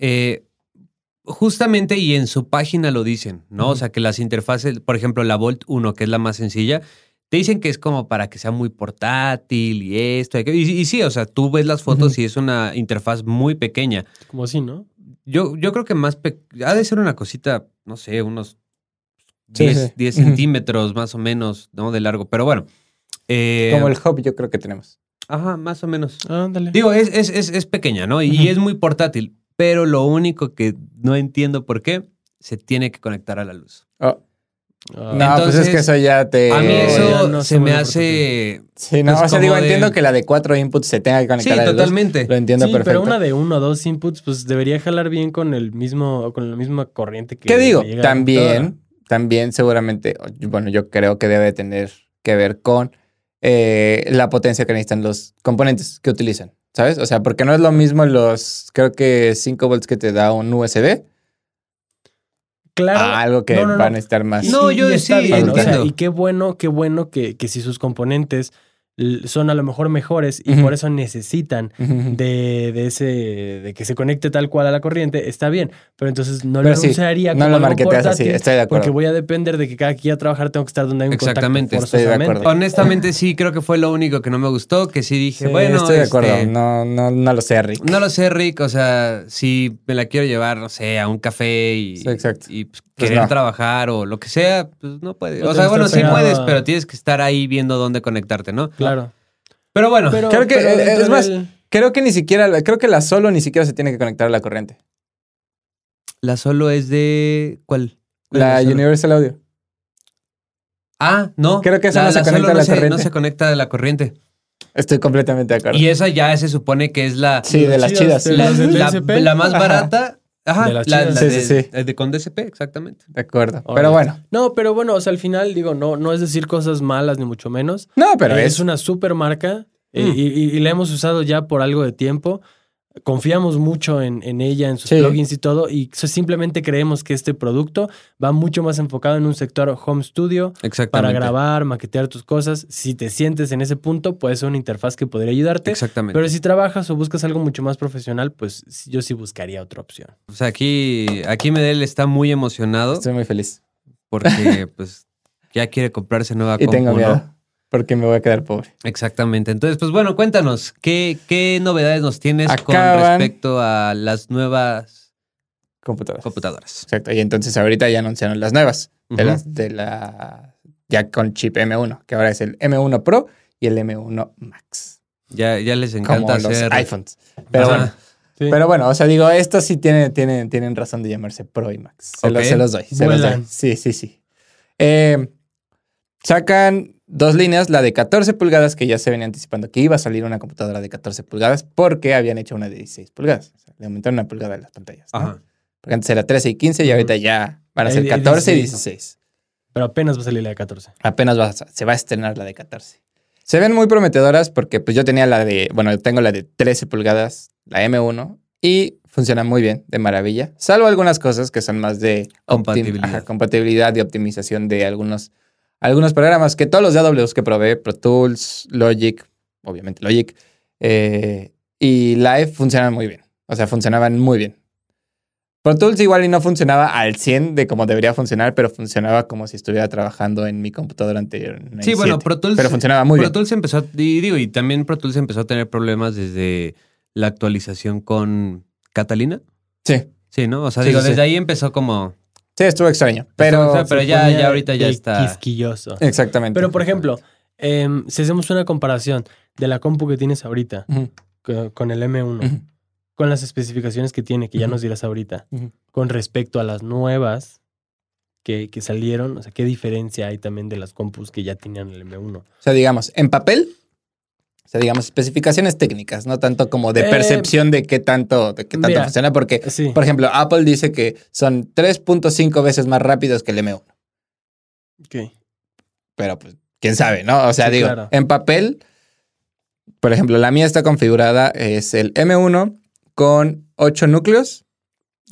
Speaker 1: eh, justamente y en su página lo dicen, ¿no? O sea, que las interfaces, por ejemplo, la Volt 1, que es la más sencilla, te dicen que es como para que sea muy portátil y esto. Y, aquello. Y- y sí, o sea, tú ves las fotos y es una interfaz muy pequeña.
Speaker 3: Como si, ¿no?
Speaker 1: Yo, yo creo que más... pe- Ha de ser una cosita, no sé, unos
Speaker 2: Sí,
Speaker 1: 10,
Speaker 2: sí.
Speaker 1: 10
Speaker 2: Ujú.
Speaker 1: centímetros más o menos, ¿no? De largo. Pero bueno. eh,
Speaker 2: Como el hub, yo creo que tenemos.
Speaker 1: Ajá, más o menos.
Speaker 3: Ándale.
Speaker 1: Digo, es, es, es, es pequeña, ¿no? Y, y
Speaker 2: Ujú.
Speaker 1: es muy portátil. Pero lo único que no entiendo por qué se tiene que conectar a la luz.
Speaker 2: Oh,
Speaker 3: Ah,
Speaker 2: no, pues es
Speaker 1: Entonces,
Speaker 2: que eso ya te.
Speaker 1: a mí
Speaker 3: Eh, ya
Speaker 1: eso
Speaker 3: no se
Speaker 1: se me
Speaker 3: vuelve
Speaker 1: hace.
Speaker 2: Sí, no,
Speaker 1: pues
Speaker 2: o sea,
Speaker 1: como
Speaker 2: digo,
Speaker 1: de-
Speaker 2: entiendo que la de cuatro inputs se tenga que
Speaker 1: Sí,
Speaker 2: conectar a la de dos.
Speaker 1: totalmente.
Speaker 2: Lo entiendo
Speaker 3: sí,
Speaker 2: perfecto.
Speaker 3: pero una de uno o dos inputs, pues debería jalar bien con el mismo, con la misma corriente que.
Speaker 2: ¿Qué digo?
Speaker 3: llega a la computadora.
Speaker 2: También, también seguramente, o- bueno, yo creo que debe tener que ver con eh, la potencia que necesitan los componentes que utilizan, ¿sabes? O sea, porque no es lo mismo los, creo que 5 volts que te da un USB
Speaker 3: Claro.
Speaker 2: a algo que
Speaker 3: No, no,
Speaker 2: va a
Speaker 3: no.
Speaker 2: necesitar más.
Speaker 1: No, yo
Speaker 3: está
Speaker 1: sí,
Speaker 3: bien, o sea,
Speaker 1: entiendo.
Speaker 3: y qué bueno, qué bueno que, que si sus componentes l- son a lo mejor mejores y
Speaker 2: Ujú.
Speaker 3: por eso necesitan
Speaker 2: Ujú.
Speaker 3: de, de ese de que se conecte tal cual a la corriente, está bien. Pero entonces no lo
Speaker 2: Pero sí,
Speaker 3: usaría
Speaker 2: no
Speaker 3: como
Speaker 2: lo
Speaker 3: algo
Speaker 2: marqueteas así,
Speaker 3: portátil,
Speaker 2: estoy de acuerdo.
Speaker 3: Porque voy a depender de que cada que quiera trabajar tengo que estar donde hay un contacto
Speaker 1: Exactamente,
Speaker 2: estoy de
Speaker 3: forzosamente.
Speaker 2: acuerdo.
Speaker 1: Honestamente, sí, creo que fue lo único que no me gustó. Que sí dije,
Speaker 2: Sí,
Speaker 1: bueno.
Speaker 2: estoy de acuerdo.
Speaker 1: este, no.
Speaker 2: No, no, no lo sé, Rick.
Speaker 1: lo sé, Rick. O sea, si me la quiero llevar, no sé, a un café y,
Speaker 2: Sí, exacto.
Speaker 1: y pues,
Speaker 2: Pues
Speaker 1: querer
Speaker 2: no.
Speaker 1: trabajar o lo que sea, pues no puedes.
Speaker 3: No
Speaker 1: o
Speaker 3: te
Speaker 1: sea,
Speaker 3: vas a
Speaker 1: bueno, sí
Speaker 3: estar pegado
Speaker 1: puedes,
Speaker 3: a-
Speaker 1: pero tienes que estar ahí viendo dónde conectarte, ¿no?
Speaker 3: Claro.
Speaker 1: Pero bueno,
Speaker 3: Pero,
Speaker 2: Creo que,
Speaker 3: pero
Speaker 2: eh,
Speaker 3: dentro
Speaker 2: es más,
Speaker 3: del-
Speaker 2: Creo que ni siquiera, la- creo que la solo ni siquiera se tiene que conectar a la corriente.
Speaker 1: la solo es de. ¿Cuál? ¿Cuál
Speaker 2: La
Speaker 1: es solo?
Speaker 2: Universal Audio.
Speaker 1: Ah, no.
Speaker 2: Creo que esa
Speaker 1: la,
Speaker 2: no se
Speaker 1: la solo
Speaker 2: conecta a la
Speaker 1: se-
Speaker 2: corriente.
Speaker 1: no se conecta a la corriente.
Speaker 2: Estoy completamente de acuerdo.
Speaker 1: Y esa ya se supone que es la,
Speaker 2: Sí, de las chidas.
Speaker 3: de
Speaker 2: sí.
Speaker 1: la,
Speaker 3: las del
Speaker 1: la-
Speaker 3: DSP.
Speaker 1: la más
Speaker 2: Ajá.
Speaker 1: barata. Ajá,
Speaker 3: De las
Speaker 1: la,
Speaker 3: chidas.
Speaker 1: la
Speaker 2: Sí,
Speaker 1: de,
Speaker 2: sí, sí.
Speaker 1: la de con DSP, exactamente.
Speaker 2: De acuerdo.
Speaker 3: Ahora,
Speaker 2: Pero bueno.
Speaker 3: No, pero bueno, o sea, al final, digo, no, no es decir cosas malas, ni mucho menos.
Speaker 2: No, pero
Speaker 3: Eh,
Speaker 2: es,
Speaker 3: es, una super marca eh,
Speaker 1: Mm.
Speaker 3: y, y- y la hemos usado ya por algo de tiempo. Confiamos mucho en, en ella, en sus
Speaker 2: Sí.
Speaker 3: plugins y todo, y so- simplemente creemos que este producto va mucho más enfocado en un sector home studio para
Speaker 1: Exactamente.
Speaker 3: grabar, maquetear tus cosas. Si te sientes en ese punto, puede ser una interfaz que podría ayudarte.
Speaker 1: Exactamente.
Speaker 3: Pero si trabajas o buscas algo mucho más profesional, pues sí, yo sí buscaría otra opción.
Speaker 1: o sea, aquí, aquí Medel está muy emocionado
Speaker 2: Estoy muy feliz.
Speaker 1: porque pues ya quiere comprarse nueva
Speaker 2: Y tengo
Speaker 1: compu, ¿no?
Speaker 2: miedo. Porque me voy a quedar pobre.
Speaker 1: Exactamente. Entonces, pues bueno, cuéntanos, ¿qué, qué novedades nos tienes con
Speaker 2: Acaban-
Speaker 1: respecto a las nuevas
Speaker 2: Computadoras.
Speaker 1: computadoras?
Speaker 2: Exacto. Y entonces ahorita ya anunciaron las nuevas. De
Speaker 1: Ujú.
Speaker 2: las de la. Ya con chip M1, que ahora es el M1 Pro y el M1 Max.
Speaker 1: Ya, ya les
Speaker 2: Como
Speaker 1: encanta
Speaker 2: los
Speaker 1: hacer.
Speaker 2: iPhones. Pero
Speaker 1: Ajá.
Speaker 2: bueno. Pero bueno, o sea, digo, estos sí tienen, tienen, tienen razón de llamarse Pro y Max. Se, los,
Speaker 1: Ok.
Speaker 2: se los doy. Se los
Speaker 3: Vuelan.
Speaker 2: doy. Sí, sí, sí. Eh, sacan dos líneas, la de 14 pulgadas, que ya se venía anticipando que iba a salir una computadora de 14 pulgadas porque habían hecho una de 16 pulgadas. O sea, le aumentaron una pulgada a las pantallas. ¿no?
Speaker 1: Ajá.
Speaker 2: Porque antes era 13 y 15 y ahorita ya van a
Speaker 3: Hay
Speaker 2: ser
Speaker 3: de
Speaker 2: 14 y
Speaker 3: 16.
Speaker 2: 16.
Speaker 3: Pero apenas va a salir la de 14.
Speaker 2: Apenas va a- se va a estrenar la de 14. Se ven muy prometedoras porque pues yo tenía la de, bueno, tengo la de 13 pulgadas, la M1, y funciona muy bien, de maravilla. Salvo algunas cosas que son más de optim-
Speaker 1: Compatibilidad.
Speaker 2: ajá, compatibilidad y optimización de algunos, algunos programas, que todos los de AWS que probé, Pro Tools, Logic, obviamente Logic, eh, y Live funcionan muy bien. O sea, funcionaban muy bien. Pro Tools igual y no funcionaba al 100 de como debería funcionar, pero funcionaba como si estuviera trabajando en mi computadora anterior. en el
Speaker 1: Sí, bueno,
Speaker 2: 7.
Speaker 1: Pro Tools-
Speaker 2: Pero funcionaba muy
Speaker 1: Pro
Speaker 2: bien.
Speaker 1: Tools empezó, a- y digo, y también Pro Tools empezó a tener problemas desde la actualización con Catalina.
Speaker 2: Sí,
Speaker 1: Sí, ¿no? O sea,
Speaker 2: Sí,
Speaker 1: digo,
Speaker 2: sí, sí.
Speaker 1: desde ahí empezó como...
Speaker 2: sí, estuvo extraño. Pero,
Speaker 1: Pero- pero-
Speaker 3: Se
Speaker 1: ya-
Speaker 3: ponía
Speaker 1: ya ahorita ya
Speaker 3: de
Speaker 1: está.
Speaker 3: Quisquilloso.
Speaker 2: Exactamente.
Speaker 3: Pero, por ejemplo, em, si hacemos una comparación de la compu que tienes ahorita
Speaker 2: Ujú,
Speaker 3: co- con el M1,
Speaker 2: ujú.
Speaker 3: con las especificaciones que tiene, que ya
Speaker 2: Ujú.
Speaker 3: nos dirás ahorita,
Speaker 2: Ujú.
Speaker 3: con respecto a las nuevas que, que salieron, o sea, ¿qué diferencia hay también de las compus que ya tenían el M1?
Speaker 2: O sea, digamos, en papel, o sea, digamos, especificaciones técnicas, no tanto como de
Speaker 3: Eh,
Speaker 2: percepción de qué tanto, de qué tanto
Speaker 3: mira,
Speaker 2: funciona, porque,
Speaker 3: Sí.
Speaker 2: por ejemplo, Apple dice que son 3.5 veces más rápidos que el M1,
Speaker 3: Ok.
Speaker 2: pero pues, quién sabe, ¿no? O sea,
Speaker 3: Sí,
Speaker 2: digo,
Speaker 3: claro.
Speaker 2: en papel, por ejemplo, la mía está configurada, es el M1 con 8 núcleos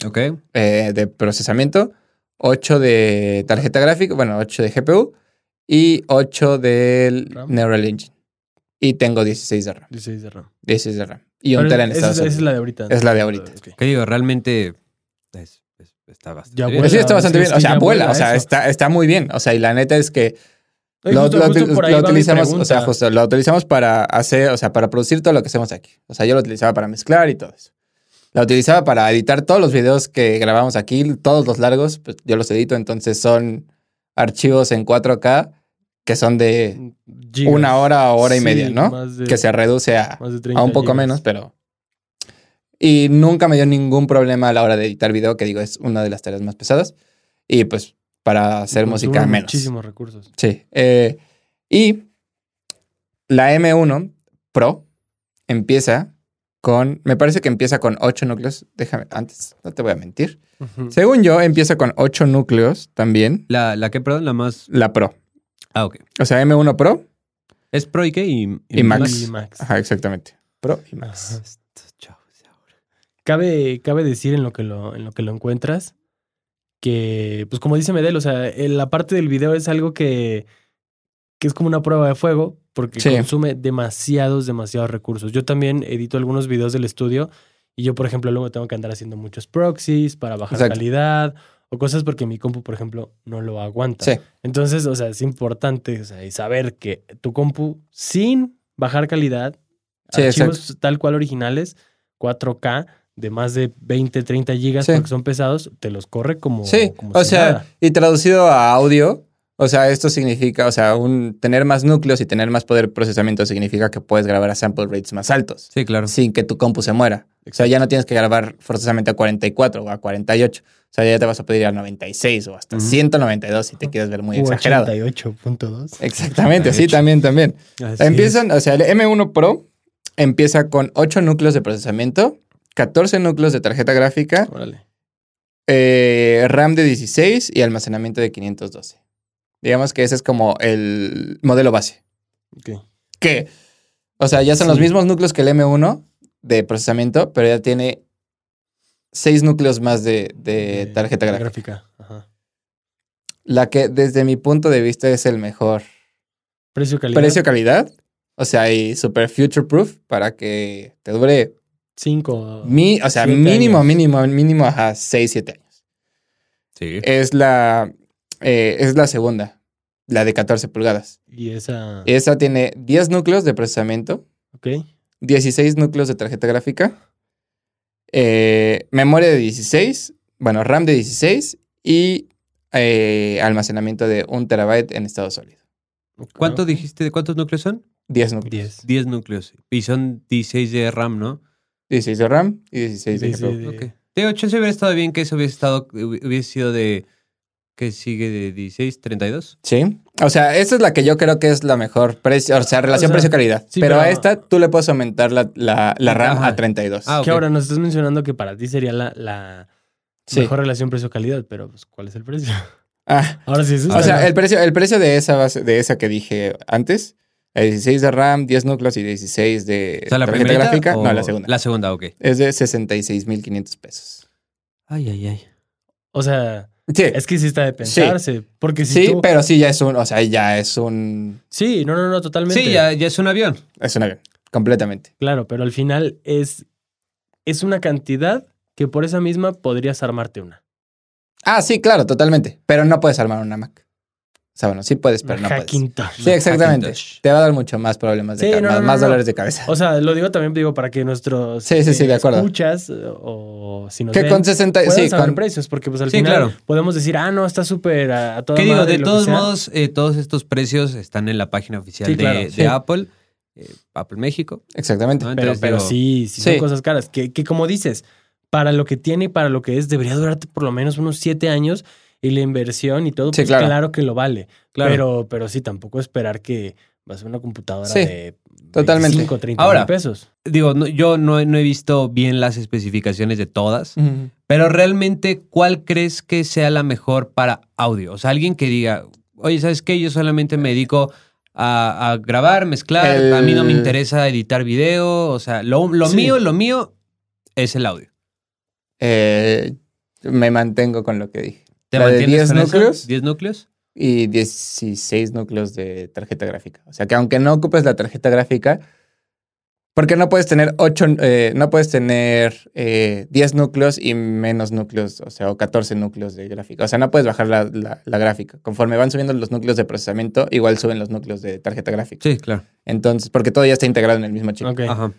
Speaker 1: Ok.
Speaker 2: eh, de procesamiento, 8 de tarjeta gráfica, bueno, 8 de GPU y 8 del
Speaker 3: RAM.
Speaker 2: Neural Engine. Y tengo 16 de RAM.
Speaker 3: 16 de RAM.
Speaker 2: 16 de RAM. Y un
Speaker 3: Pero
Speaker 2: tera en
Speaker 3: esa,
Speaker 2: Estados
Speaker 3: esa es
Speaker 2: Unidos.
Speaker 3: la de ahorita.
Speaker 2: Es la de ahorita.
Speaker 3: Ok.
Speaker 1: Que digo, realmente es- es- está bastante
Speaker 3: Ya
Speaker 1: bien.
Speaker 2: Pues sí, está
Speaker 3: Vuela,
Speaker 2: bastante
Speaker 3: sí,
Speaker 2: bien.
Speaker 3: es
Speaker 2: O
Speaker 3: que
Speaker 2: sea,
Speaker 3: ya
Speaker 2: vuela.
Speaker 3: vuela
Speaker 2: O sea,
Speaker 3: eso.
Speaker 2: está, está muy bien. O sea, y la neta es que
Speaker 3: Ay,
Speaker 2: lo,
Speaker 3: justo-
Speaker 2: lo-
Speaker 3: justo por ahí
Speaker 2: lo
Speaker 3: va mi
Speaker 2: utilizamos, o
Speaker 3: pregunta.
Speaker 2: sea, justo, lo utilizamos para hacer, o sea, para producir todo lo que hacemos aquí. O sea, yo lo utilizaba para mezclar y todo eso. La utilizaba para editar todos los videos que grabamos aquí, todos los largos, pues yo los edito, entonces son archivos en 4K que son de
Speaker 3: Gigas.
Speaker 2: una hora o hora y
Speaker 3: Sí,
Speaker 2: media, ¿no?
Speaker 3: más de-
Speaker 2: Que se reduce a,
Speaker 3: más de
Speaker 2: a
Speaker 3: 30
Speaker 2: un poco
Speaker 3: gigas.
Speaker 2: menos, pero. Y nunca me dio ningún problema a la hora de editar video, que digo, es una de las tareas más pesadas. Y pues para hacer
Speaker 3: Consume
Speaker 2: música menos.
Speaker 3: Muchísimos recursos.
Speaker 2: Sí. eh, y la M1 Pro empieza con. Me parece que empieza con 8 núcleos. Déjame, antes, no te voy a mentir.
Speaker 3: Ujú.
Speaker 2: Según yo, empieza con 8 núcleos también.
Speaker 1: La, la que, perdón, la más...
Speaker 2: La Pro.
Speaker 1: Ah, ok.
Speaker 2: O sea, M1 Pro.
Speaker 1: ¿Es Pro y qué? Y, Ah,
Speaker 2: Y Max.
Speaker 3: Y Max.
Speaker 2: Ajá, exactamente. Pro y Max.
Speaker 3: Ajá.
Speaker 1: Chao, chao.
Speaker 3: Cabe, cabe decir en lo que lo, en lo que lo encuentras que, pues como dice Medel, o sea, en la parte del video es algo que, que es como una prueba de fuego porque
Speaker 2: Sí.
Speaker 3: consume demasiados, demasiados recursos. Yo también edito algunos videos del estudio y yo, por ejemplo, luego tengo que andar haciendo muchos proxies para bajar
Speaker 2: Exacto.
Speaker 3: calidad o cosas porque mi compu, por ejemplo, no lo aguanta.
Speaker 2: Sí.
Speaker 3: Entonces, o sea, es importante o sea, y saber que tu compu, sin bajar calidad,
Speaker 2: Sí,
Speaker 3: archivos tal cual originales, 4K, de más de 20, 30 gigas
Speaker 2: Sí.
Speaker 3: porque son pesados, te los corre como.
Speaker 2: Sí,
Speaker 3: como
Speaker 2: o
Speaker 3: si
Speaker 2: sea,
Speaker 3: nada.
Speaker 2: y traducido a audio, o sea, esto significa, o sea, un, tener más núcleos y tener más poder de procesamiento significa que puedes grabar a sample rates más altos,
Speaker 1: Sí, claro.
Speaker 2: sin que tu compu se muera. O sea, ya no tienes que grabar forzosamente a 44 o a 48. O sea, ya te vas a pedir a 96 o hasta
Speaker 1: Ujú.
Speaker 2: 192 si te quieres ver muy
Speaker 3: U
Speaker 2: exagerado.
Speaker 3: 88.2.
Speaker 2: Exactamente, sí,
Speaker 1: 88.
Speaker 2: también, también.
Speaker 3: Así
Speaker 2: Empiezan, o sea, el M1 Pro empieza con 8 núcleos de procesamiento, 14 núcleos de tarjeta gráfica,
Speaker 3: es. Órale.
Speaker 2: eh, RAM de 16 y almacenamiento de 512. Digamos que ese es como el modelo base.
Speaker 3: Ok.
Speaker 2: Que, o sea, ya son
Speaker 3: Sí.
Speaker 2: los mismos núcleos que el M1 de procesamiento, pero ya tiene 6 núcleos más de, de
Speaker 3: Eh,
Speaker 2: tarjeta
Speaker 3: la
Speaker 2: gráfica.
Speaker 3: Ajá.
Speaker 2: La que, desde mi punto de vista, es el mejor
Speaker 3: Precio calidad.
Speaker 2: precio-calidad. O sea, y super future proof para que te dure,
Speaker 3: 5.
Speaker 2: mi, o sea,
Speaker 3: siete
Speaker 2: mínimo,
Speaker 3: años.
Speaker 2: mínimo, mínimo, a 6, 7 años.
Speaker 1: Sí.
Speaker 2: es la, eh, es la segunda, la de 14 pulgadas.
Speaker 3: Y esa.
Speaker 2: Esa tiene 10 núcleos de procesamiento,
Speaker 3: Ok.
Speaker 2: 16 núcleos de tarjeta gráfica, eh, memoria de 16, bueno, RAM de 16 y eh, almacenamiento de 1 terabyte en estado sólido.
Speaker 1: ¿Cuánto
Speaker 3: Ok.
Speaker 1: dijiste? ¿De cuántos núcleos son?
Speaker 2: 10 núcleos.
Speaker 3: 10.
Speaker 1: 10 núcleos. Y son 16 de RAM, ¿no?
Speaker 2: 16 de RAM y 16 de
Speaker 3: Sí, sí,
Speaker 2: GPU.
Speaker 3: de-
Speaker 1: Ok. Digo, chance hubiera estado bien que eso hubiese estado, hubi- hubiese sido de, ¿qué sigue? De 16, 32.
Speaker 2: Sí. O sea, esta es la que yo creo que es la mejor precio, o sea, relación
Speaker 3: sea,
Speaker 2: precio-calidad.
Speaker 3: sí,
Speaker 2: pero, a
Speaker 3: pero-
Speaker 2: esta tú le puedes aumentar la, la- la RAM
Speaker 1: Ajá.
Speaker 2: a 32.
Speaker 1: Ah,
Speaker 3: Que
Speaker 1: ok.
Speaker 3: ahora nos estás mencionando que para ti sería la, la
Speaker 2: Sí.
Speaker 3: mejor relación precio-calidad, pero pues, ¿cuál es el precio?
Speaker 2: Ah,
Speaker 3: Ahora sí, eso
Speaker 2: O
Speaker 3: está
Speaker 2: sea,
Speaker 3: mal.
Speaker 2: el precio, el precio de esa base, de esa que dije antes, la 16 de RAM, 10 núcleos y 16 de
Speaker 1: O sea, la
Speaker 2: tarjeta
Speaker 1: primera.
Speaker 2: gráfica,
Speaker 1: o-
Speaker 2: no, la segunda.
Speaker 1: La segunda, ok.
Speaker 2: Es de 66.500 pesos.
Speaker 1: Ay, ay, ay.
Speaker 3: O sea,
Speaker 2: Sí.
Speaker 3: es que sí está de pensarse. Porque si
Speaker 2: sí,
Speaker 3: tú-
Speaker 2: pero sí ya es un, o sea, ya es un
Speaker 3: Sí, no, no, no, totalmente.
Speaker 1: Sí, ya, ya es un avión.
Speaker 2: es un avión completamente.
Speaker 3: Claro, pero al final es, es una cantidad que por esa misma podrías armarte una.
Speaker 2: Ah, sí, claro, totalmente. Pero no puedes armar una Mac. O sea, bueno, sí puedes, pero
Speaker 3: Una
Speaker 2: no puedes.
Speaker 3: Hackintosh.
Speaker 2: Sí, exactamente.
Speaker 1: Hackintosh.
Speaker 2: Te va a dar mucho más problemas de
Speaker 3: Sí,
Speaker 2: cabeza,
Speaker 3: no, no,
Speaker 2: más
Speaker 3: no, no.
Speaker 2: dolores de cabeza.
Speaker 3: O sea, lo digo también digo para que nuestros este,
Speaker 2: Sí, sí, sí, de acuerdo.
Speaker 3: escuchas eh, o si nos
Speaker 2: que
Speaker 3: ven,
Speaker 2: con 60,
Speaker 3: puedan
Speaker 2: sí,
Speaker 3: saber
Speaker 2: con-
Speaker 3: precios, porque pues al
Speaker 1: Sí,
Speaker 3: final
Speaker 1: claro.
Speaker 3: podemos decir, ah, no, está súper a, a toda
Speaker 1: ¿Qué digo?
Speaker 3: madre,
Speaker 1: De
Speaker 3: lo que
Speaker 1: todos
Speaker 3: sea.
Speaker 1: modos, eh, todos estos precios están en la página oficial
Speaker 3: Sí,
Speaker 1: de,
Speaker 3: claro,
Speaker 1: de
Speaker 3: sí.
Speaker 1: Apple, eh, Apple México.
Speaker 2: exactamente.
Speaker 1: ¿no?
Speaker 3: Pero,
Speaker 1: Entonces,
Speaker 3: pero
Speaker 1: digo,
Speaker 3: sí, sí son
Speaker 2: Sí.
Speaker 3: cosas caras. Que, que como dices, para lo que tiene y para lo que es, debería durarte por lo menos unos siete años y la inversión y todo,
Speaker 2: Sí,
Speaker 3: pues
Speaker 2: claro.
Speaker 3: claro. que lo vale.
Speaker 1: claro.
Speaker 3: Pero, pero sí, tampoco esperar que vas a una computadora
Speaker 2: Sí,
Speaker 3: de
Speaker 2: totalmente.
Speaker 3: 25, 30 mil
Speaker 1: Ahora,
Speaker 3: pesos.
Speaker 1: digo, no- yo no, he- no he visto bien las especificaciones de todas,
Speaker 2: Ujú.
Speaker 1: pero realmente, ¿cuál crees que sea la mejor para audio? O sea, alguien que diga, oye, ¿sabes qué? Yo solamente me dedico a, a grabar, mezclar,
Speaker 2: El-
Speaker 1: a mí no me interesa editar video, o sea, lo, lo
Speaker 3: Sí.
Speaker 1: mío, lo mío es el audio.
Speaker 2: Eh, me mantengo con lo que dije.
Speaker 1: ¿Te
Speaker 2: ¿La de
Speaker 1: mantienes
Speaker 2: 10
Speaker 1: con eso?
Speaker 2: núcleos?
Speaker 1: ¿10 núcleos?
Speaker 2: Y 16 núcleos de tarjeta gráfica. O sea que aunque no ocupes la tarjeta gráfica, porque no puedes tener 8, no puedes tener eh, 10 núcleos y menos núcleos, o sea, o 14 núcleos de gráfica. O sea, no puedes bajar la, la- la gráfica. Conforme van subiendo los núcleos de procesamiento, igual suben los núcleos de tarjeta gráfica.
Speaker 1: Sí, claro.
Speaker 2: Entonces, porque todo ya está integrado en el mismo chip.
Speaker 3: Ok.
Speaker 1: Ajá.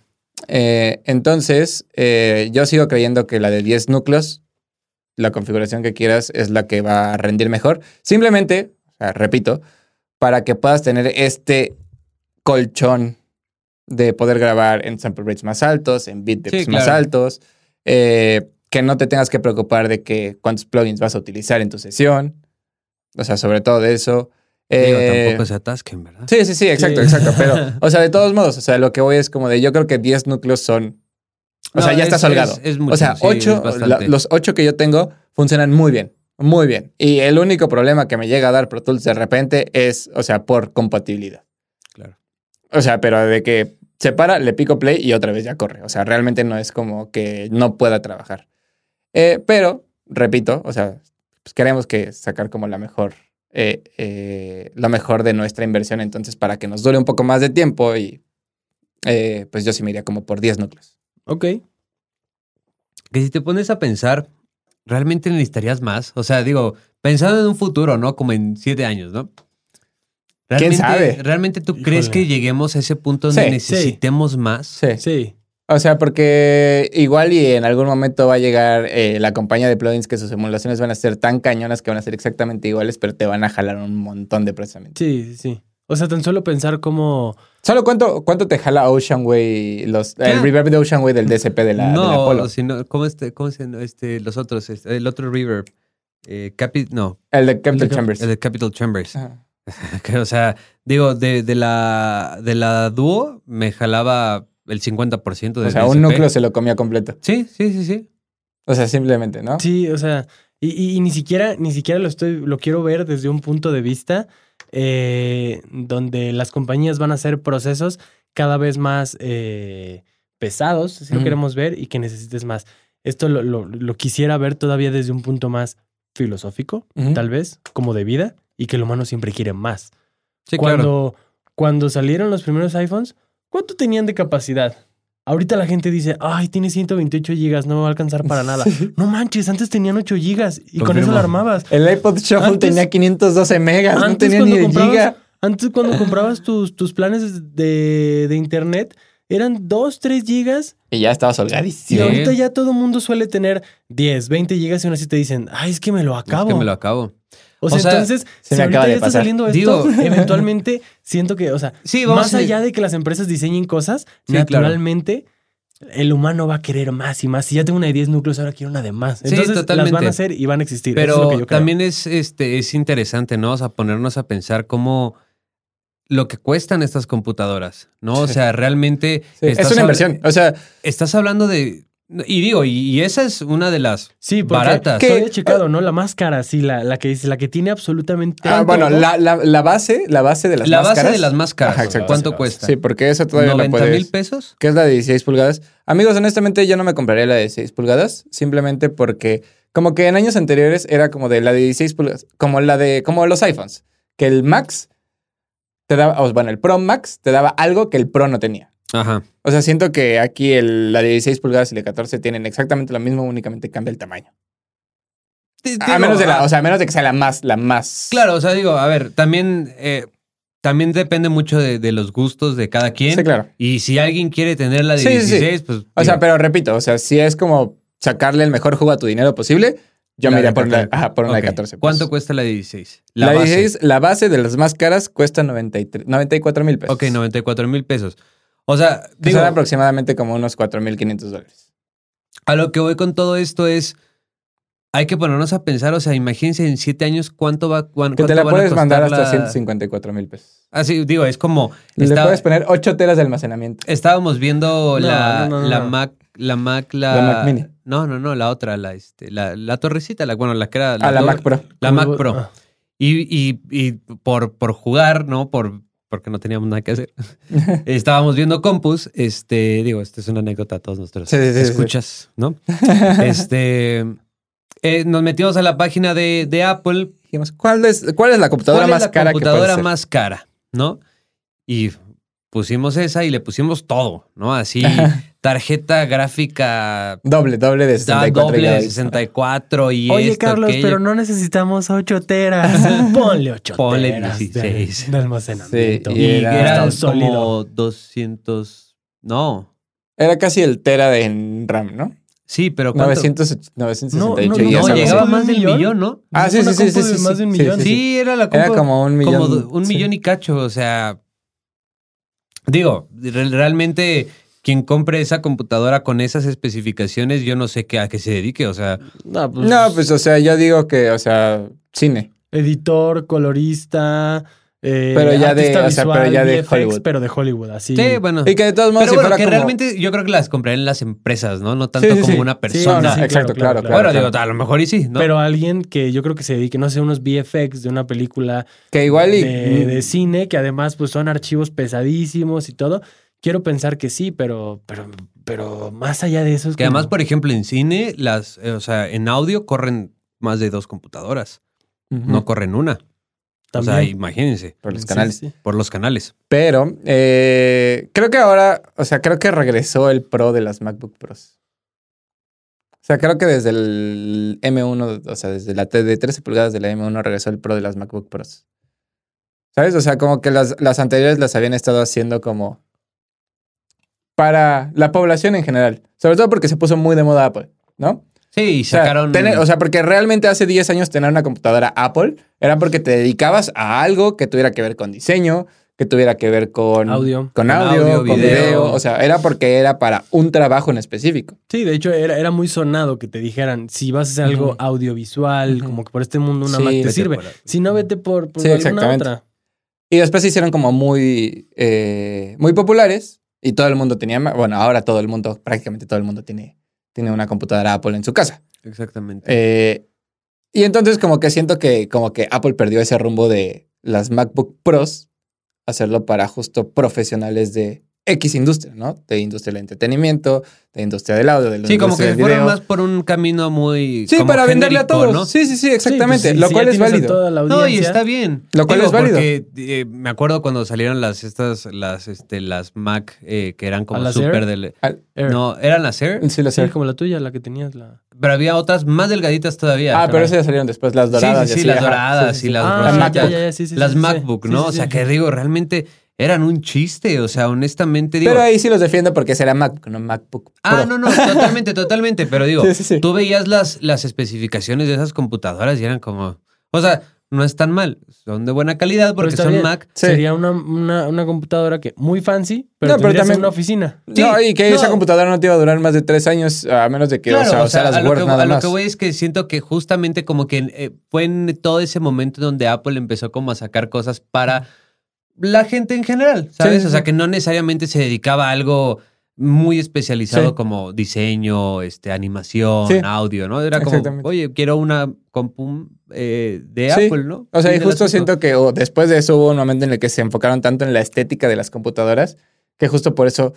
Speaker 2: Eh, entonces, eh, yo sigo creyendo que la de 10 núcleos, la configuración que quieras es la que va a rendir mejor. Simplemente, o sea, repito, para que puedas tener este colchón de poder grabar en sample rates más altos, en bit depths
Speaker 1: Sí,
Speaker 2: más
Speaker 1: claro.
Speaker 2: altos, eh, que no te tengas que preocupar de que cuántos plugins vas a utilizar en tu sesión. O sea, sobre todo de eso.
Speaker 1: Digo,
Speaker 2: Eh,
Speaker 1: tampoco se atasquen, ¿verdad?
Speaker 2: Sí, sí, sí, exacto,
Speaker 3: Sí.
Speaker 2: exacto. Pero, o sea, de todos modos, o sea, lo que voy es como de, yo creo que 10 núcleos son. O
Speaker 1: No,
Speaker 2: sea, ya
Speaker 1: es-
Speaker 2: está solgado.
Speaker 1: es- es mucho,
Speaker 2: o sea,
Speaker 1: sí, es
Speaker 2: 8,
Speaker 1: bastante.
Speaker 2: los 8 que yo tengo funcionan muy bien, muy bien. Y el único problema que me llega a dar Pro Tools de repente es, o sea, por compatibilidad.
Speaker 1: Claro.
Speaker 2: O sea, pero de que se para, le pico play y otra vez ya corre. O sea, realmente no es como que no pueda trabajar. Eh, pero, repito, o sea, pues queremos que sacar como la mejor, eh, eh, lo mejor de nuestra inversión. Entonces, para que nos dure un poco más de tiempo y eh, pues yo sí me iría como por 10 núcleos.
Speaker 3: Ok.
Speaker 1: que si te pones a pensar, ¿realmente necesitarías más? O sea, digo, pensando en un futuro, ¿no? Como en siete años, ¿no?
Speaker 2: ¿Quién
Speaker 1: ¿Realmente-
Speaker 2: sabe?
Speaker 1: ¿Realmente tú
Speaker 3: Híjole.
Speaker 1: crees que lleguemos a ese punto donde
Speaker 2: Sí,
Speaker 1: necesitemos más?
Speaker 3: Sí.
Speaker 2: O sea, porque igual y en algún momento va a llegar eh, la compañía de plugins que sus emulaciones van a ser tan cañonas que van a ser exactamente iguales, pero te van a jalar un montón de procesamiento.
Speaker 3: Sí, sí, sí. O sea, tan solo pensar cómo.
Speaker 2: ¿Solo cuánto, cuánto te jala Ocean Way, los, el
Speaker 1: Claro.
Speaker 2: reverb de Ocean Way del DSP de la, de la
Speaker 1: no,
Speaker 2: Apollo?
Speaker 1: sino, ¿cómo, este, cómo se- este, los otros? Este, el otro River, eh, Capi- no,
Speaker 2: El de Captain
Speaker 3: de-
Speaker 2: Chambers.
Speaker 1: el de Capital Chambers.
Speaker 2: Ajá.
Speaker 1: Que, o sea, digo, de, de la de la dúo me jalaba el 50% de
Speaker 2: O sea, un núcleo se lo comía completo.
Speaker 1: Sí, sí, sí, sí.
Speaker 2: O sea, simplemente, ¿no?
Speaker 3: Sí, o sea, y, y- y ni siquiera, ni siquiera lo estoy, lo quiero ver desde un punto de vista eh, donde las compañías van a hacer procesos cada vez más eh, pesados, si lo
Speaker 2: Ujú.
Speaker 3: queremos ver, y que necesites más. Esto lo, lo- lo quisiera ver todavía desde un punto más filosófico,
Speaker 2: Ujú.
Speaker 3: tal vez, como de vida, y que el humano siempre quiere más.
Speaker 1: Sí, claro.
Speaker 3: cuando, cuando salieron los primeros iPhones, ¿cuánto tenían de capacidad? Ahorita la gente dice, ay, tiene 128 gigas, no me va a alcanzar para nada. No manches, antes tenían 8 gigas y con eso
Speaker 1: Confirmo.
Speaker 3: la armabas.
Speaker 2: El iPod Shuffle
Speaker 3: Antes-
Speaker 2: tenía 512 megas, no
Speaker 3: antes
Speaker 2: tenía ni
Speaker 3: cuando
Speaker 2: de
Speaker 3: comprabas-
Speaker 2: giga.
Speaker 3: Antes cuando comprabas tus, tus planes de, de internet, eran 2, 3 gigas
Speaker 2: Y ya estaba
Speaker 3: y
Speaker 1: Sí.
Speaker 2: solgadísimo.
Speaker 3: ahorita ya todo el mundo suele tener 10, 20 gigas y aún así te dicen, ay, es que me lo acabo.
Speaker 1: Es que me lo acabo.
Speaker 3: O sea,
Speaker 1: o sea,
Speaker 3: entonces,
Speaker 2: se
Speaker 3: si
Speaker 2: me
Speaker 3: ahorita
Speaker 2: acaba
Speaker 3: ya
Speaker 2: de
Speaker 3: está
Speaker 2: pasar.
Speaker 3: saliendo esto,
Speaker 1: Digo-
Speaker 3: eventualmente siento que, o sea,
Speaker 1: Sí, vamos
Speaker 3: más
Speaker 1: a-
Speaker 3: allá de que las empresas diseñen cosas,
Speaker 1: Sí,
Speaker 3: naturalmente el humano va a querer más y más. Si ya tengo una de 10 núcleos, ahora quiero una de más.
Speaker 1: Sí,
Speaker 3: Entonces las van
Speaker 1: totalmente.
Speaker 3: a hacer y van a existir. Eso es
Speaker 1: Pero
Speaker 3: lo que yo creo.
Speaker 1: también es, este, es interesante, ¿no? O sea, ponernos a pensar cómo lo que cuestan estas computadoras, ¿no? O
Speaker 2: Sí.
Speaker 1: sea, realmente...
Speaker 2: Sí, Es
Speaker 1: estás
Speaker 2: una
Speaker 1: hab-
Speaker 2: inversión. O sea,
Speaker 1: Estás hablando de... Y digo, y, y esa es una de las...
Speaker 3: Sí, porque
Speaker 1: baratas.
Speaker 3: todavía
Speaker 2: ¿Qué?
Speaker 3: he checado, ¿no? La más cara, sí, la, la que dice, la que tiene absolutamente.
Speaker 2: ah, bueno,
Speaker 3: todo.
Speaker 2: la, la- la base, la base de las
Speaker 1: la
Speaker 2: más
Speaker 1: base
Speaker 2: caras-
Speaker 1: de las más caras.
Speaker 2: Ajá, exacto.
Speaker 1: ¿Cuánto
Speaker 3: La base,
Speaker 1: cuesta?
Speaker 2: Sí, porque esa todavía la
Speaker 1: 90
Speaker 2: puedes...
Speaker 1: mil pesos.
Speaker 2: que es la de 16 pulgadas. Amigos, honestamente yo no me compraría la de 16 pulgadas, simplemente porque como que en años anteriores era como de la de 16 pulgadas, como la de como los iPhones, que el Max te daba, o bueno, el Pro Max te daba algo que el Pro no tenía.
Speaker 1: Ajá.
Speaker 2: O sea, siento que aquí el- la de 16 pulgadas y la de 14 tienen exactamente lo mismo, únicamente cambia el tamaño. a
Speaker 1: Digo,
Speaker 2: menos de la,
Speaker 1: ah,
Speaker 2: o sea, a menos de que sea la más, la más.
Speaker 1: Claro, o sea, digo, a ver, también, eh, también depende mucho de, de los gustos de cada quien.
Speaker 2: Sí, claro.
Speaker 1: Y si alguien quiere tener la de
Speaker 2: Sí, sí, sí.
Speaker 1: 16, pues.
Speaker 2: O sea,
Speaker 1: digo,
Speaker 2: pero repito, o sea, si es como sacarle el mejor jugo a tu dinero posible, yo
Speaker 1: La
Speaker 2: me
Speaker 1: de
Speaker 2: iría por una,
Speaker 1: 14.
Speaker 2: ajá, por una
Speaker 1: ok.
Speaker 2: de 14. pues.
Speaker 1: ¿Cuánto cuesta la de 16?
Speaker 2: La,
Speaker 1: base.
Speaker 2: 16, la base de las más caras cuesta 93, 94 mil pesos.
Speaker 1: Ok, 94 mil pesos. O sea,
Speaker 2: Que
Speaker 1: digo,
Speaker 2: son aproximadamente como unos 4.500 dólares.
Speaker 1: a lo que voy con todo esto es. Hay que ponernos a pensar, o sea, imagínense en siete años cuánto va cuán-
Speaker 2: Que
Speaker 1: cuánto
Speaker 2: te la
Speaker 1: van a
Speaker 2: puedes
Speaker 1: costar
Speaker 2: mandar
Speaker 1: la-
Speaker 2: hasta 154 mil pesos.
Speaker 1: Así, digo, es como.
Speaker 2: Le
Speaker 1: estaba-
Speaker 2: puedes poner 8 teras de almacenamiento.
Speaker 1: Estábamos viendo
Speaker 3: No,
Speaker 1: la,
Speaker 3: no, no, no,
Speaker 1: la
Speaker 3: no.
Speaker 1: Mac, la Mac, la,
Speaker 2: La Mac Mini.
Speaker 1: No, no, no, la otra, la, este, la, la torrecita, la, bueno, la que era
Speaker 2: a Ah, la
Speaker 1: doble-
Speaker 2: Mac Pro.
Speaker 1: La
Speaker 3: Como el
Speaker 1: Mac
Speaker 3: bo-
Speaker 1: Pro.
Speaker 3: ah,
Speaker 1: Y, y, y por, por jugar, ¿no? Por, porque no teníamos nada que hacer. Estábamos viendo Compus, este, digo, esta es una anécdota a todos nuestros
Speaker 2: Sí, sí, sí, sí.
Speaker 1: escuchas, ¿no? Este, eh, nos metimos a la página de, de Apple
Speaker 2: Dijimos, ¿cuál es, ¿cuál es la computadora
Speaker 1: ¿Cuál
Speaker 2: más
Speaker 1: es la
Speaker 2: cara que puede
Speaker 1: computadora
Speaker 2: ser?
Speaker 1: más cara, ¿no? Y pusimos esa y le pusimos todo, ¿no? Así,
Speaker 2: Ajá.
Speaker 1: tarjeta gráfica
Speaker 2: Doble, doble de
Speaker 1: da
Speaker 2: 64
Speaker 1: doble de
Speaker 2: gigabytes.
Speaker 1: 64 y
Speaker 3: Oye,
Speaker 1: esto,
Speaker 3: Carlos,
Speaker 1: aquello.
Speaker 3: pero no necesitamos 8 teras. Ponle 8
Speaker 1: Ponle
Speaker 3: teras
Speaker 1: 16.
Speaker 3: de, de almacenamiento.
Speaker 2: Sí,
Speaker 1: Y era,
Speaker 3: Está
Speaker 1: como
Speaker 3: sólido.
Speaker 1: 200... No.
Speaker 2: Era casi el tera de en RAM, ¿no?
Speaker 1: Sí, pero ¿cuánto?
Speaker 2: 900, 968
Speaker 3: no,
Speaker 1: No,
Speaker 2: y
Speaker 3: no,
Speaker 2: eso algo
Speaker 1: llegaba
Speaker 2: así.
Speaker 3: ¿Más de
Speaker 1: más
Speaker 3: un
Speaker 1: del
Speaker 3: millón?
Speaker 1: millón, ¿no?
Speaker 2: Ah, sí,
Speaker 3: Una
Speaker 2: sí, sí,
Speaker 3: compu
Speaker 2: sí,
Speaker 3: de
Speaker 2: sí,
Speaker 3: más de un millón.
Speaker 1: Sí,
Speaker 2: Sí,
Speaker 1: era la
Speaker 2: Era
Speaker 1: compu-
Speaker 2: como un millón.
Speaker 1: como do- un
Speaker 2: sí.
Speaker 1: millón y cacho, o sea, digo, re- realmente quien compre esa computadora con esas especificaciones, yo no sé qué, a qué se dedique, o sea,
Speaker 3: No, pues,
Speaker 2: No, pues, o sea, yo digo que, o sea, cine.
Speaker 3: Editor, colorista. eh,
Speaker 2: Pero ya de-
Speaker 3: artista
Speaker 2: o sea, pero ya de
Speaker 3: VFX,
Speaker 2: Hollywood.
Speaker 3: Pero de Hollywood, así.
Speaker 1: sí, bueno.
Speaker 2: Y que de todos modos,
Speaker 1: Pero
Speaker 2: si
Speaker 1: bueno,
Speaker 2: fuera
Speaker 1: que
Speaker 2: como...
Speaker 1: realmente yo creo que las comprarían las empresas, ¿no? No tanto
Speaker 2: Sí, sí,
Speaker 1: como
Speaker 2: sí.
Speaker 1: una
Speaker 3: Sí,
Speaker 1: persona.
Speaker 2: no,
Speaker 3: sí,
Speaker 2: exacto, claro, claro.
Speaker 1: bueno, digo, a lo mejor y sí, ¿no?
Speaker 3: Pero alguien que yo creo que se dedique, no sé, unos VFX de una película
Speaker 2: Que igual y... mm.
Speaker 3: de, de cine, que además pues son archivos pesadísimos y todo. Quiero pensar que sí, pero, pero, pero más allá de eso es
Speaker 1: que
Speaker 3: como-
Speaker 1: además, por ejemplo, en cine, las, eh, o sea, en audio corren más de dos computadoras,
Speaker 2: Ujú.
Speaker 1: no corren una.
Speaker 3: también.
Speaker 1: O sea, imagínense,
Speaker 2: Por los
Speaker 3: Sí,
Speaker 2: canales.
Speaker 3: sí, sí.
Speaker 1: por los canales.
Speaker 2: Pero eh, creo que ahora, o sea, creo que regresó el Pro de las MacBook Pros. O sea, creo que desde el M1, o sea, desde la T de 13 pulgadas de la M1 regresó el Pro de las MacBook Pros. ¿Sabes? O sea, como que las, las anteriores las habían estado haciendo como para la población en general. Sobre todo porque se puso muy de moda Apple, ¿no?
Speaker 1: Sí, y
Speaker 2: O sea,
Speaker 1: sacaron...
Speaker 2: tener- o sea, porque realmente hace 10 años tener una computadora Apple era porque te dedicabas a algo que tuviera que ver con diseño, que tuviera que ver con
Speaker 3: Audio.
Speaker 2: con
Speaker 1: Con
Speaker 2: audio,
Speaker 1: audio,
Speaker 2: con
Speaker 1: video.
Speaker 2: video. O sea, era porque era para un trabajo en específico.
Speaker 3: Sí, de hecho era, era muy sonado que te dijeran, si vas a hacer algo
Speaker 2: Ujú.
Speaker 3: audiovisual,
Speaker 2: Ujú.
Speaker 3: como que por este mundo una
Speaker 2: Sí,
Speaker 3: Mac te
Speaker 2: vete
Speaker 3: sirve.
Speaker 1: por ahí.
Speaker 3: Si no, vete por, por
Speaker 2: Sí,
Speaker 3: alguna
Speaker 2: exactamente.
Speaker 3: otra.
Speaker 2: Y después se hicieron como muy, eh, muy populares y todo el mundo tenía, ma- bueno, ahora todo el mundo, prácticamente todo el mundo tiene, tiene una computadora Apple en su casa.
Speaker 1: Exactamente.
Speaker 2: Eh, y entonces como que siento que como que Apple perdió ese rumbo de las MacBook Pros hacerlo para justo profesionales de X industria, ¿no? De industria del entretenimiento, de industria del audio, de la
Speaker 1: Sí, como
Speaker 2: industria
Speaker 1: que
Speaker 2: del
Speaker 1: fueron
Speaker 2: video.
Speaker 1: más por un camino muy.
Speaker 2: Sí,
Speaker 1: como
Speaker 2: para venderle a
Speaker 1: genérico,
Speaker 2: todos.
Speaker 1: ¿no?
Speaker 2: Sí, sí, sí,
Speaker 3: Sí, pues,
Speaker 2: exactamente.
Speaker 3: sí,
Speaker 2: lo
Speaker 3: si
Speaker 2: cual
Speaker 3: ya
Speaker 2: es
Speaker 3: tienes a
Speaker 2: válido.
Speaker 3: toda la
Speaker 1: No, y
Speaker 3: audiencia,
Speaker 1: está bien.
Speaker 2: Lo cual es válido.
Speaker 1: Porque eh, me acuerdo cuando salieron las estas, las, este, las Mac eh, que eran
Speaker 3: ¿A
Speaker 1: como
Speaker 3: las Air?
Speaker 1: súper del.
Speaker 2: Al-
Speaker 3: Air.
Speaker 1: No, eran las Air,
Speaker 2: sí, lo
Speaker 3: Sí,
Speaker 2: sé.
Speaker 3: como la tuya, la que tenías la...
Speaker 1: pero había otras más delgaditas todavía.
Speaker 2: Ah, pero esas ya salieron después, las doradas.
Speaker 1: sí,
Speaker 2: y
Speaker 1: sí,
Speaker 2: así,
Speaker 1: las
Speaker 2: ajá.
Speaker 1: doradas
Speaker 2: Sí, sí,
Speaker 1: y
Speaker 2: sí.
Speaker 1: las
Speaker 3: Ah,
Speaker 1: rositas.
Speaker 2: MacBook.
Speaker 3: ya, ya, sí, sí,
Speaker 1: las
Speaker 3: sí, sí.
Speaker 1: MacBook,
Speaker 3: Sí,
Speaker 1: ¿no?
Speaker 3: sí,
Speaker 1: o sea,
Speaker 3: sí.
Speaker 1: que digo, realmente eran un chiste. O sea, honestamente digo.
Speaker 2: Pero ahí sí los defiendo porque será Mac, no MacBook.
Speaker 1: Ah,
Speaker 2: Pro.
Speaker 1: no, no, totalmente, totalmente. Pero digo,
Speaker 2: Sí, sí, sí.
Speaker 1: tú veías las, las especificaciones de esas computadoras y eran como. O sea, no están mal. Son de buena calidad
Speaker 3: Pero
Speaker 1: porque
Speaker 3: está
Speaker 1: son
Speaker 3: bien.
Speaker 1: Mac.
Speaker 2: Sí.
Speaker 3: Sería una, una, una computadora que muy fancy, pero,
Speaker 2: No, pero
Speaker 3: tendrías en
Speaker 2: también-
Speaker 3: una oficina.
Speaker 2: No, y que
Speaker 1: no.
Speaker 2: esa computadora no te iba a durar más de tres años, a menos de que o sea, usaras
Speaker 1: a lo,
Speaker 2: Word
Speaker 1: que,
Speaker 2: nada
Speaker 1: a lo
Speaker 2: más.
Speaker 1: que voy es que siento que justamente como que eh, fue en todo ese momento donde Apple empezó como a sacar cosas para la gente en general, ¿sabes?
Speaker 2: Sí, sí,
Speaker 1: o sea,
Speaker 2: sí.
Speaker 1: que no necesariamente se dedicaba a algo muy especializado
Speaker 2: Sí.
Speaker 1: como diseño, este, animación,
Speaker 2: Sí.
Speaker 1: audio, ¿no? Era como,
Speaker 2: Exactamente.
Speaker 1: oye, quiero una compu eh, de
Speaker 2: Sí.
Speaker 1: Apple, ¿no?
Speaker 2: O sea, y
Speaker 1: Fin del
Speaker 2: justo
Speaker 1: asunto.
Speaker 2: siento que oh, después de eso hubo un momento en el que se enfocaron tanto en la estética de las computadoras que justo por eso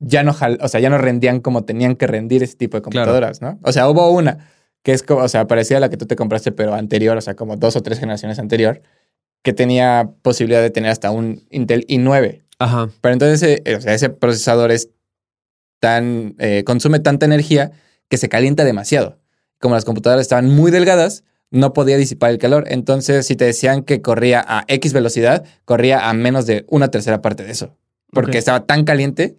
Speaker 2: ya no, jal- o sea, ya no rendían como tenían que rendir ese tipo de
Speaker 1: Claro.
Speaker 2: computadoras, ¿no? O sea, hubo una que es como, o sea, parecida a la que tú te compraste, pero anterior, o sea, como dos o tres generaciones anterior, que tenía posibilidad de tener hasta un Intel i9.
Speaker 1: Ajá.
Speaker 2: Pero entonces eh, eh, o sea, ese procesador es tan, eh, consume tanta energía que se calienta demasiado. Como las computadoras estaban muy delgadas, no podía disipar el calor. Entonces, si te decían que corría a X velocidad, corría a menos de una tercera parte de eso. Porque
Speaker 3: Ok.
Speaker 2: estaba tan caliente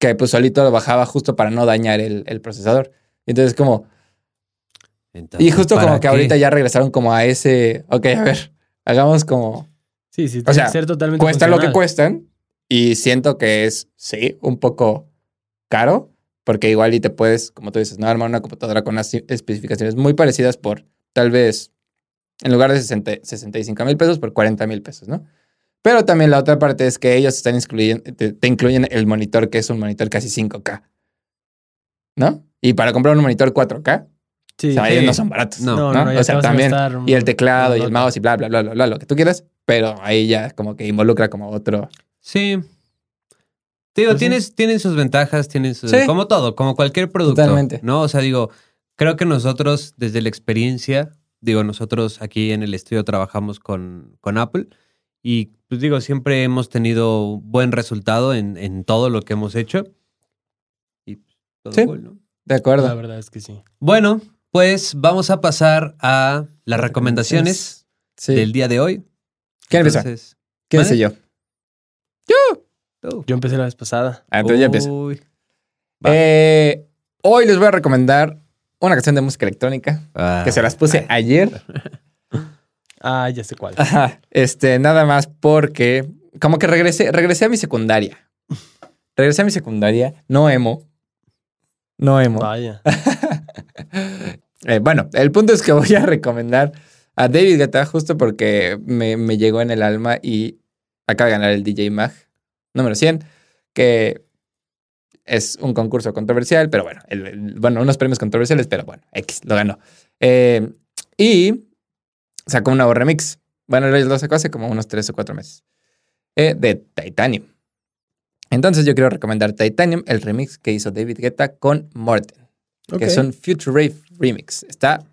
Speaker 2: que pues solito lo bajaba justo para no dañar el, el procesador. Entonces, como,
Speaker 1: Entonces,
Speaker 2: y justo como
Speaker 1: ¿para
Speaker 2: que
Speaker 1: qué?
Speaker 2: ahorita ya regresaron como a ese, ok, a ver, hagamos como
Speaker 3: Sí, sí, tiene
Speaker 2: sea,
Speaker 3: que ser totalmente
Speaker 2: cuestan lo que
Speaker 3: funcional.
Speaker 2: cuestan y siento que es, sí, un poco caro, porque igual y te puedes, como tú dices, no armar una computadora con unas especificaciones muy parecidas por tal vez, en lugar de 60 65 mil pesos, por 40 mil pesos, ¿no? Pero también la otra parte es que ellos están incluyen, te, te incluyen el monitor, que es un monitor casi 5K, ¿no? Y para comprar un monitor 4K,
Speaker 3: Sí,
Speaker 2: o sea,
Speaker 3: sí.
Speaker 2: ellos no son baratos.
Speaker 1: No,
Speaker 3: No,
Speaker 2: ¿no?
Speaker 3: no,
Speaker 2: O
Speaker 3: ya
Speaker 2: sea,
Speaker 3: te vas a
Speaker 2: también-
Speaker 3: gastar un-
Speaker 2: Y el teclado y el
Speaker 3: una nota.
Speaker 2: mouse y bla, bla, bla, bla, bla, lo que tú quieras. Pero ahí ya como que involucra como otro.
Speaker 1: Sí. Te Digo,
Speaker 2: Pues sí.
Speaker 1: tienes, tienen sus ventajas, tienen sus.
Speaker 2: Sí.
Speaker 1: Como todo, como cualquier producto.
Speaker 2: Totalmente.
Speaker 1: ¿No? O sea, digo, creo que nosotros, desde la experiencia, digo, nosotros aquí en el estudio trabajamos con, con Apple y, pues digo, siempre hemos tenido buen resultado en, en todo lo que hemos hecho. Y pues, todo
Speaker 2: Sí.
Speaker 1: cool, ¿no?
Speaker 2: De
Speaker 3: La
Speaker 2: acuerdo.
Speaker 3: verdad es que sí.
Speaker 1: Bueno, pues vamos a pasar a las recomendaciones
Speaker 2: Sí.
Speaker 1: del día de hoy.
Speaker 2: ¿Quién empezó?
Speaker 1: Entonces,
Speaker 2: ¿Quién
Speaker 1: ¿vale?
Speaker 2: sé yo?
Speaker 1: tú.
Speaker 3: Yo empecé la vez pasada.
Speaker 2: Ah, entonces ya empiezo.
Speaker 1: Uy. va.
Speaker 2: Eh, hoy les voy a recomendar una canción de música electrónica
Speaker 1: Ah.
Speaker 2: que se las puse ayer.
Speaker 3: Ah, ya sé cuál.
Speaker 2: Ajá. Este, nada más porque como que regresé, regresé a mi secundaria. Regresé a mi secundaria, no emo. No emo.
Speaker 3: Vaya.
Speaker 2: Eh, bueno, el punto es que voy a recomendar a David Guetta justo porque me, me llegó en el alma y acaba de ganar el DJ Mag número 100, que es un concurso controversial, pero bueno, el- el- bueno, unos premios controversiales, pero bueno, X, lo ganó. Eh, y sacó un nuevo remix. Bueno, él lo sacó hace como unos tres o cuatro meses. eh, de Titanium. Entonces yo quiero recomendar Titanium, el remix que hizo David Guetta con Morten
Speaker 3: Ok.
Speaker 2: que son Future Rave Remix. Está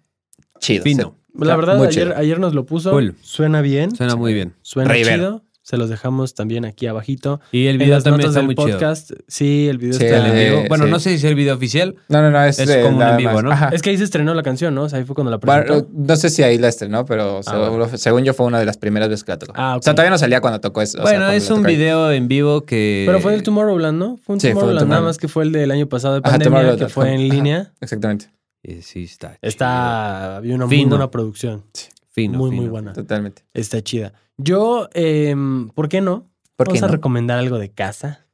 Speaker 2: chido.
Speaker 1: ah, Fino.
Speaker 3: La verdad,
Speaker 2: muy
Speaker 3: ayer,
Speaker 2: chido.
Speaker 3: ayer nos lo puso.
Speaker 1: Cool.
Speaker 3: Suena bien.
Speaker 1: Suena muy bien.
Speaker 3: Suena
Speaker 2: Rivero.
Speaker 3: chido. Se los dejamos también aquí abajito.
Speaker 1: Y el
Speaker 3: En
Speaker 1: video
Speaker 3: las
Speaker 1: también
Speaker 3: notas
Speaker 1: está
Speaker 3: del
Speaker 1: muy chido.
Speaker 3: podcast. Sí, el video
Speaker 2: Sí,
Speaker 3: está
Speaker 2: el
Speaker 1: En
Speaker 2: de-
Speaker 1: vivo. bueno,
Speaker 2: sí.
Speaker 1: no sé si es el video oficial.
Speaker 2: No, no, no, es,
Speaker 1: Es
Speaker 2: eh,
Speaker 1: como un
Speaker 2: nada
Speaker 1: en vivo,
Speaker 2: más.
Speaker 1: ¿no?
Speaker 2: Ajá.
Speaker 3: Es que ahí se estrenó la canción, ¿no? O sea, ahí fue cuando la
Speaker 2: Bar-
Speaker 3: presentó.
Speaker 2: no sé si ahí la estrenó,
Speaker 1: Ah,
Speaker 2: pero seguro- según yo fue una de las primeras veces que la tocó.
Speaker 3: Ah, ok.
Speaker 2: O sea, todavía no salía cuando tocó eso. o sea,
Speaker 1: bueno,
Speaker 2: cuando
Speaker 1: es
Speaker 2: la
Speaker 1: un
Speaker 2: tocó ahí.
Speaker 1: video en vivo que.
Speaker 3: Pero fue el Tomorrowland, ¿no? Fue un
Speaker 2: Sí, fue un
Speaker 3: Tomorrowland, nada
Speaker 2: Tomorrowland.
Speaker 3: más que fue el del año pasado de
Speaker 2: Ajá,
Speaker 3: pandemia,
Speaker 2: Tomorrowland
Speaker 3: que fue en
Speaker 2: Ajá.
Speaker 3: línea.
Speaker 2: Exactamente,
Speaker 1: Eh, Sí, está.
Speaker 3: Está, había una muy
Speaker 1: Fino.
Speaker 3: buena producción.
Speaker 1: chido. Fino,
Speaker 3: muy,
Speaker 1: fino.
Speaker 3: muy buena.
Speaker 2: totalmente.
Speaker 3: Está chida. Yo, em, ¿por qué no?
Speaker 2: ¿Por qué
Speaker 3: Vamos a
Speaker 2: no?
Speaker 3: recomendar algo de casa.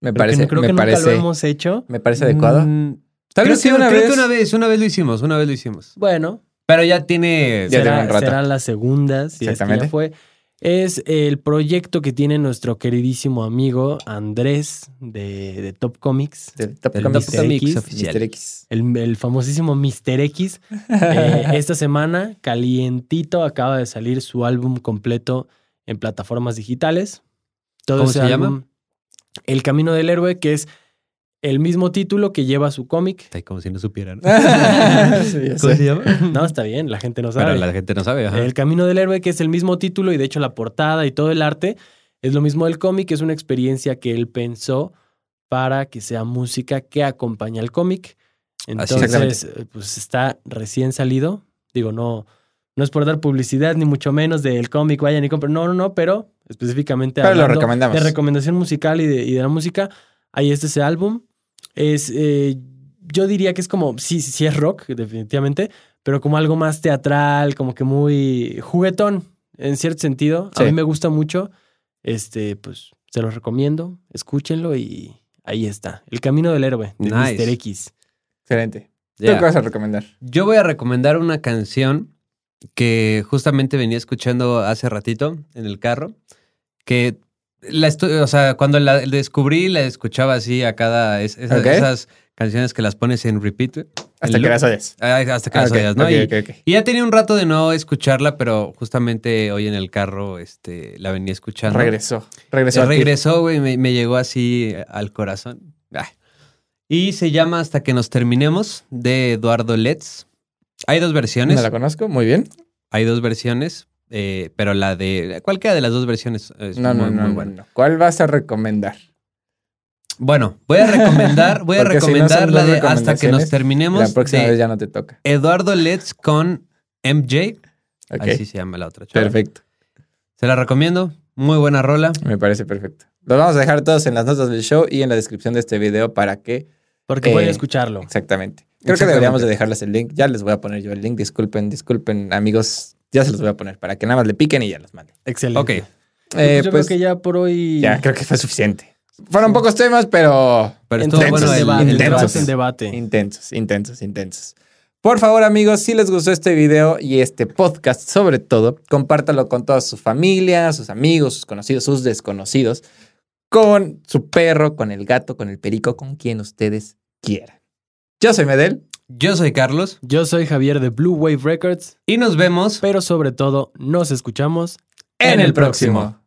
Speaker 2: Me
Speaker 3: Creo que
Speaker 2: parece,
Speaker 3: no- creo
Speaker 2: me
Speaker 3: que nunca lo
Speaker 2: parece,
Speaker 3: hemos hecho.
Speaker 2: me parece adecuado.
Speaker 1: Mm,
Speaker 2: Tal
Speaker 1: creo
Speaker 2: vez sí
Speaker 1: que,
Speaker 2: una
Speaker 1: creo
Speaker 2: vez.
Speaker 1: que una vez, una vez lo hicimos, una vez lo hicimos.
Speaker 3: Bueno,
Speaker 1: Pero ya tiene.
Speaker 2: Ya tiene
Speaker 3: será,
Speaker 2: un rato.
Speaker 3: será la segunda, si es que ya
Speaker 2: Exactamente.
Speaker 3: fue. Es el proyecto que tiene nuestro queridísimo amigo Andrés de, de Top Comics.
Speaker 2: del Top
Speaker 1: El
Speaker 2: Comics,
Speaker 1: Top Comics
Speaker 3: Mr.
Speaker 1: oficial.
Speaker 2: Mr. X.
Speaker 3: El, el famosísimo Mr. X. Eh, esta semana, calientito, acaba de salir su álbum completo en plataformas digitales. Todo
Speaker 1: ¿Cómo
Speaker 3: ese
Speaker 1: se llama?
Speaker 3: álbum, El Camino del Héroe, que es el mismo título que lleva su cómic.
Speaker 1: Está ahí como si no supieran.
Speaker 2: Sí, ya sé.
Speaker 1: llama?
Speaker 3: No, está bien, la gente no sabe.
Speaker 1: Pero la gente no sabe. ajá.
Speaker 3: El Camino del Héroe, que es el mismo título y de hecho la portada y todo el arte, es lo mismo del cómic, es una experiencia que él pensó para que sea música que acompaña al cómic.
Speaker 1: es.
Speaker 3: Entonces, eh, pues está recién salido. Digo, no, no es por dar publicidad, ni mucho menos del cómic, vayan y compren. No, no, no, pero específicamente
Speaker 2: Pero lo
Speaker 3: hablando
Speaker 2: recomendamos.
Speaker 3: de recomendación musical y de, y de la música, ahí está ese álbum. Es, eh, yo diría que es como, sí, sí, sí es rock, definitivamente, pero como algo más teatral, como que muy juguetón, en cierto sentido.
Speaker 2: Sí.
Speaker 3: A mí me gusta mucho. Este, pues, se los recomiendo. Escúchenlo y ahí está. El camino del héroe de
Speaker 1: Nice.
Speaker 3: Mr. X.
Speaker 2: Excelente. ¿Tú
Speaker 1: Ya.
Speaker 2: qué vas a recomendar?
Speaker 1: Yo voy a recomendar una canción que justamente venía escuchando hace ratito en el carro, que la estu- o sea, cuando la descubrí la escuchaba así a cada es- esas,
Speaker 2: Ok.
Speaker 1: esas canciones que las pones en repeat
Speaker 2: Hasta
Speaker 1: El
Speaker 2: que
Speaker 1: look.
Speaker 2: las oyes.
Speaker 1: ay, hasta que
Speaker 2: Ah,
Speaker 1: las
Speaker 2: ok,
Speaker 1: oigas, ¿no?
Speaker 2: ok,
Speaker 1: Y-
Speaker 2: ok, ok.
Speaker 1: y ya tenía un rato de no escucharla, pero justamente hoy en el carro este, la venía escuchando.
Speaker 2: Regresó.
Speaker 1: Eh,
Speaker 2: Regresó. a ti.
Speaker 1: regresó, güey, me, me llegó así eh, al corazón. Ah. Y se llama Hasta que nos terminemos de Eduardo Letts. Hay dos versiones.
Speaker 2: No la conozco, muy bien.
Speaker 1: Hay dos versiones. eh, pero la de cualquiera de las dos versiones es
Speaker 2: No,
Speaker 1: muy,
Speaker 2: no, no,
Speaker 1: muy
Speaker 2: no,
Speaker 1: buena.
Speaker 2: no. ¿Cuál vas a recomendar?
Speaker 1: Bueno, voy a recomendar, voy a
Speaker 2: Porque si no son
Speaker 1: recomendar la
Speaker 2: dos
Speaker 1: de hasta que nos
Speaker 2: recomendaciones, La
Speaker 1: terminemos
Speaker 2: próxima
Speaker 1: de
Speaker 2: vez ya no te toca.
Speaker 1: Eduardo Letts con MJ,
Speaker 2: Ok,
Speaker 1: así se llama la otra. chava.
Speaker 2: perfecto.
Speaker 1: Se la recomiendo, muy buena rola.
Speaker 2: Me parece perfecto. Los vamos a dejar todos en las notas del show y en la descripción de este video para que...
Speaker 3: Porque
Speaker 2: Eh,
Speaker 3: pueden escucharlo.
Speaker 2: Exactamente. Creo que deberíamos de dejarles el link. Ya les voy a poner yo el link. Disculpen, disculpen, amigos. Ya se los voy a poner para que nada más le piquen y ya los manden.
Speaker 3: Excelente.
Speaker 1: Ok,
Speaker 2: Eh,
Speaker 3: yo
Speaker 2: pues
Speaker 3: creo que ya por hoy.
Speaker 2: ya creo que fue suficiente. Fueron pocos temas, pero
Speaker 1: pero estuvo
Speaker 3: entramos
Speaker 2: Intensos,
Speaker 1: bueno
Speaker 3: en
Speaker 1: el,
Speaker 3: debate.
Speaker 2: intensos.
Speaker 3: entramos en debate.
Speaker 2: Intensos, intensos, intensos. Por favor, amigos, si les gustó este video y este podcast, sobre todo, compártalo con toda su familia, sus amigos, sus conocidos, sus desconocidos, con su perro, con el gato, con el perico, con quien ustedes quieran. Yo soy Medel.
Speaker 1: Yo soy Carlos
Speaker 3: Yo soy Javier de Blue Wave Records,
Speaker 1: y nos vemos
Speaker 3: pero sobre todo nos escuchamos
Speaker 2: En el próximo.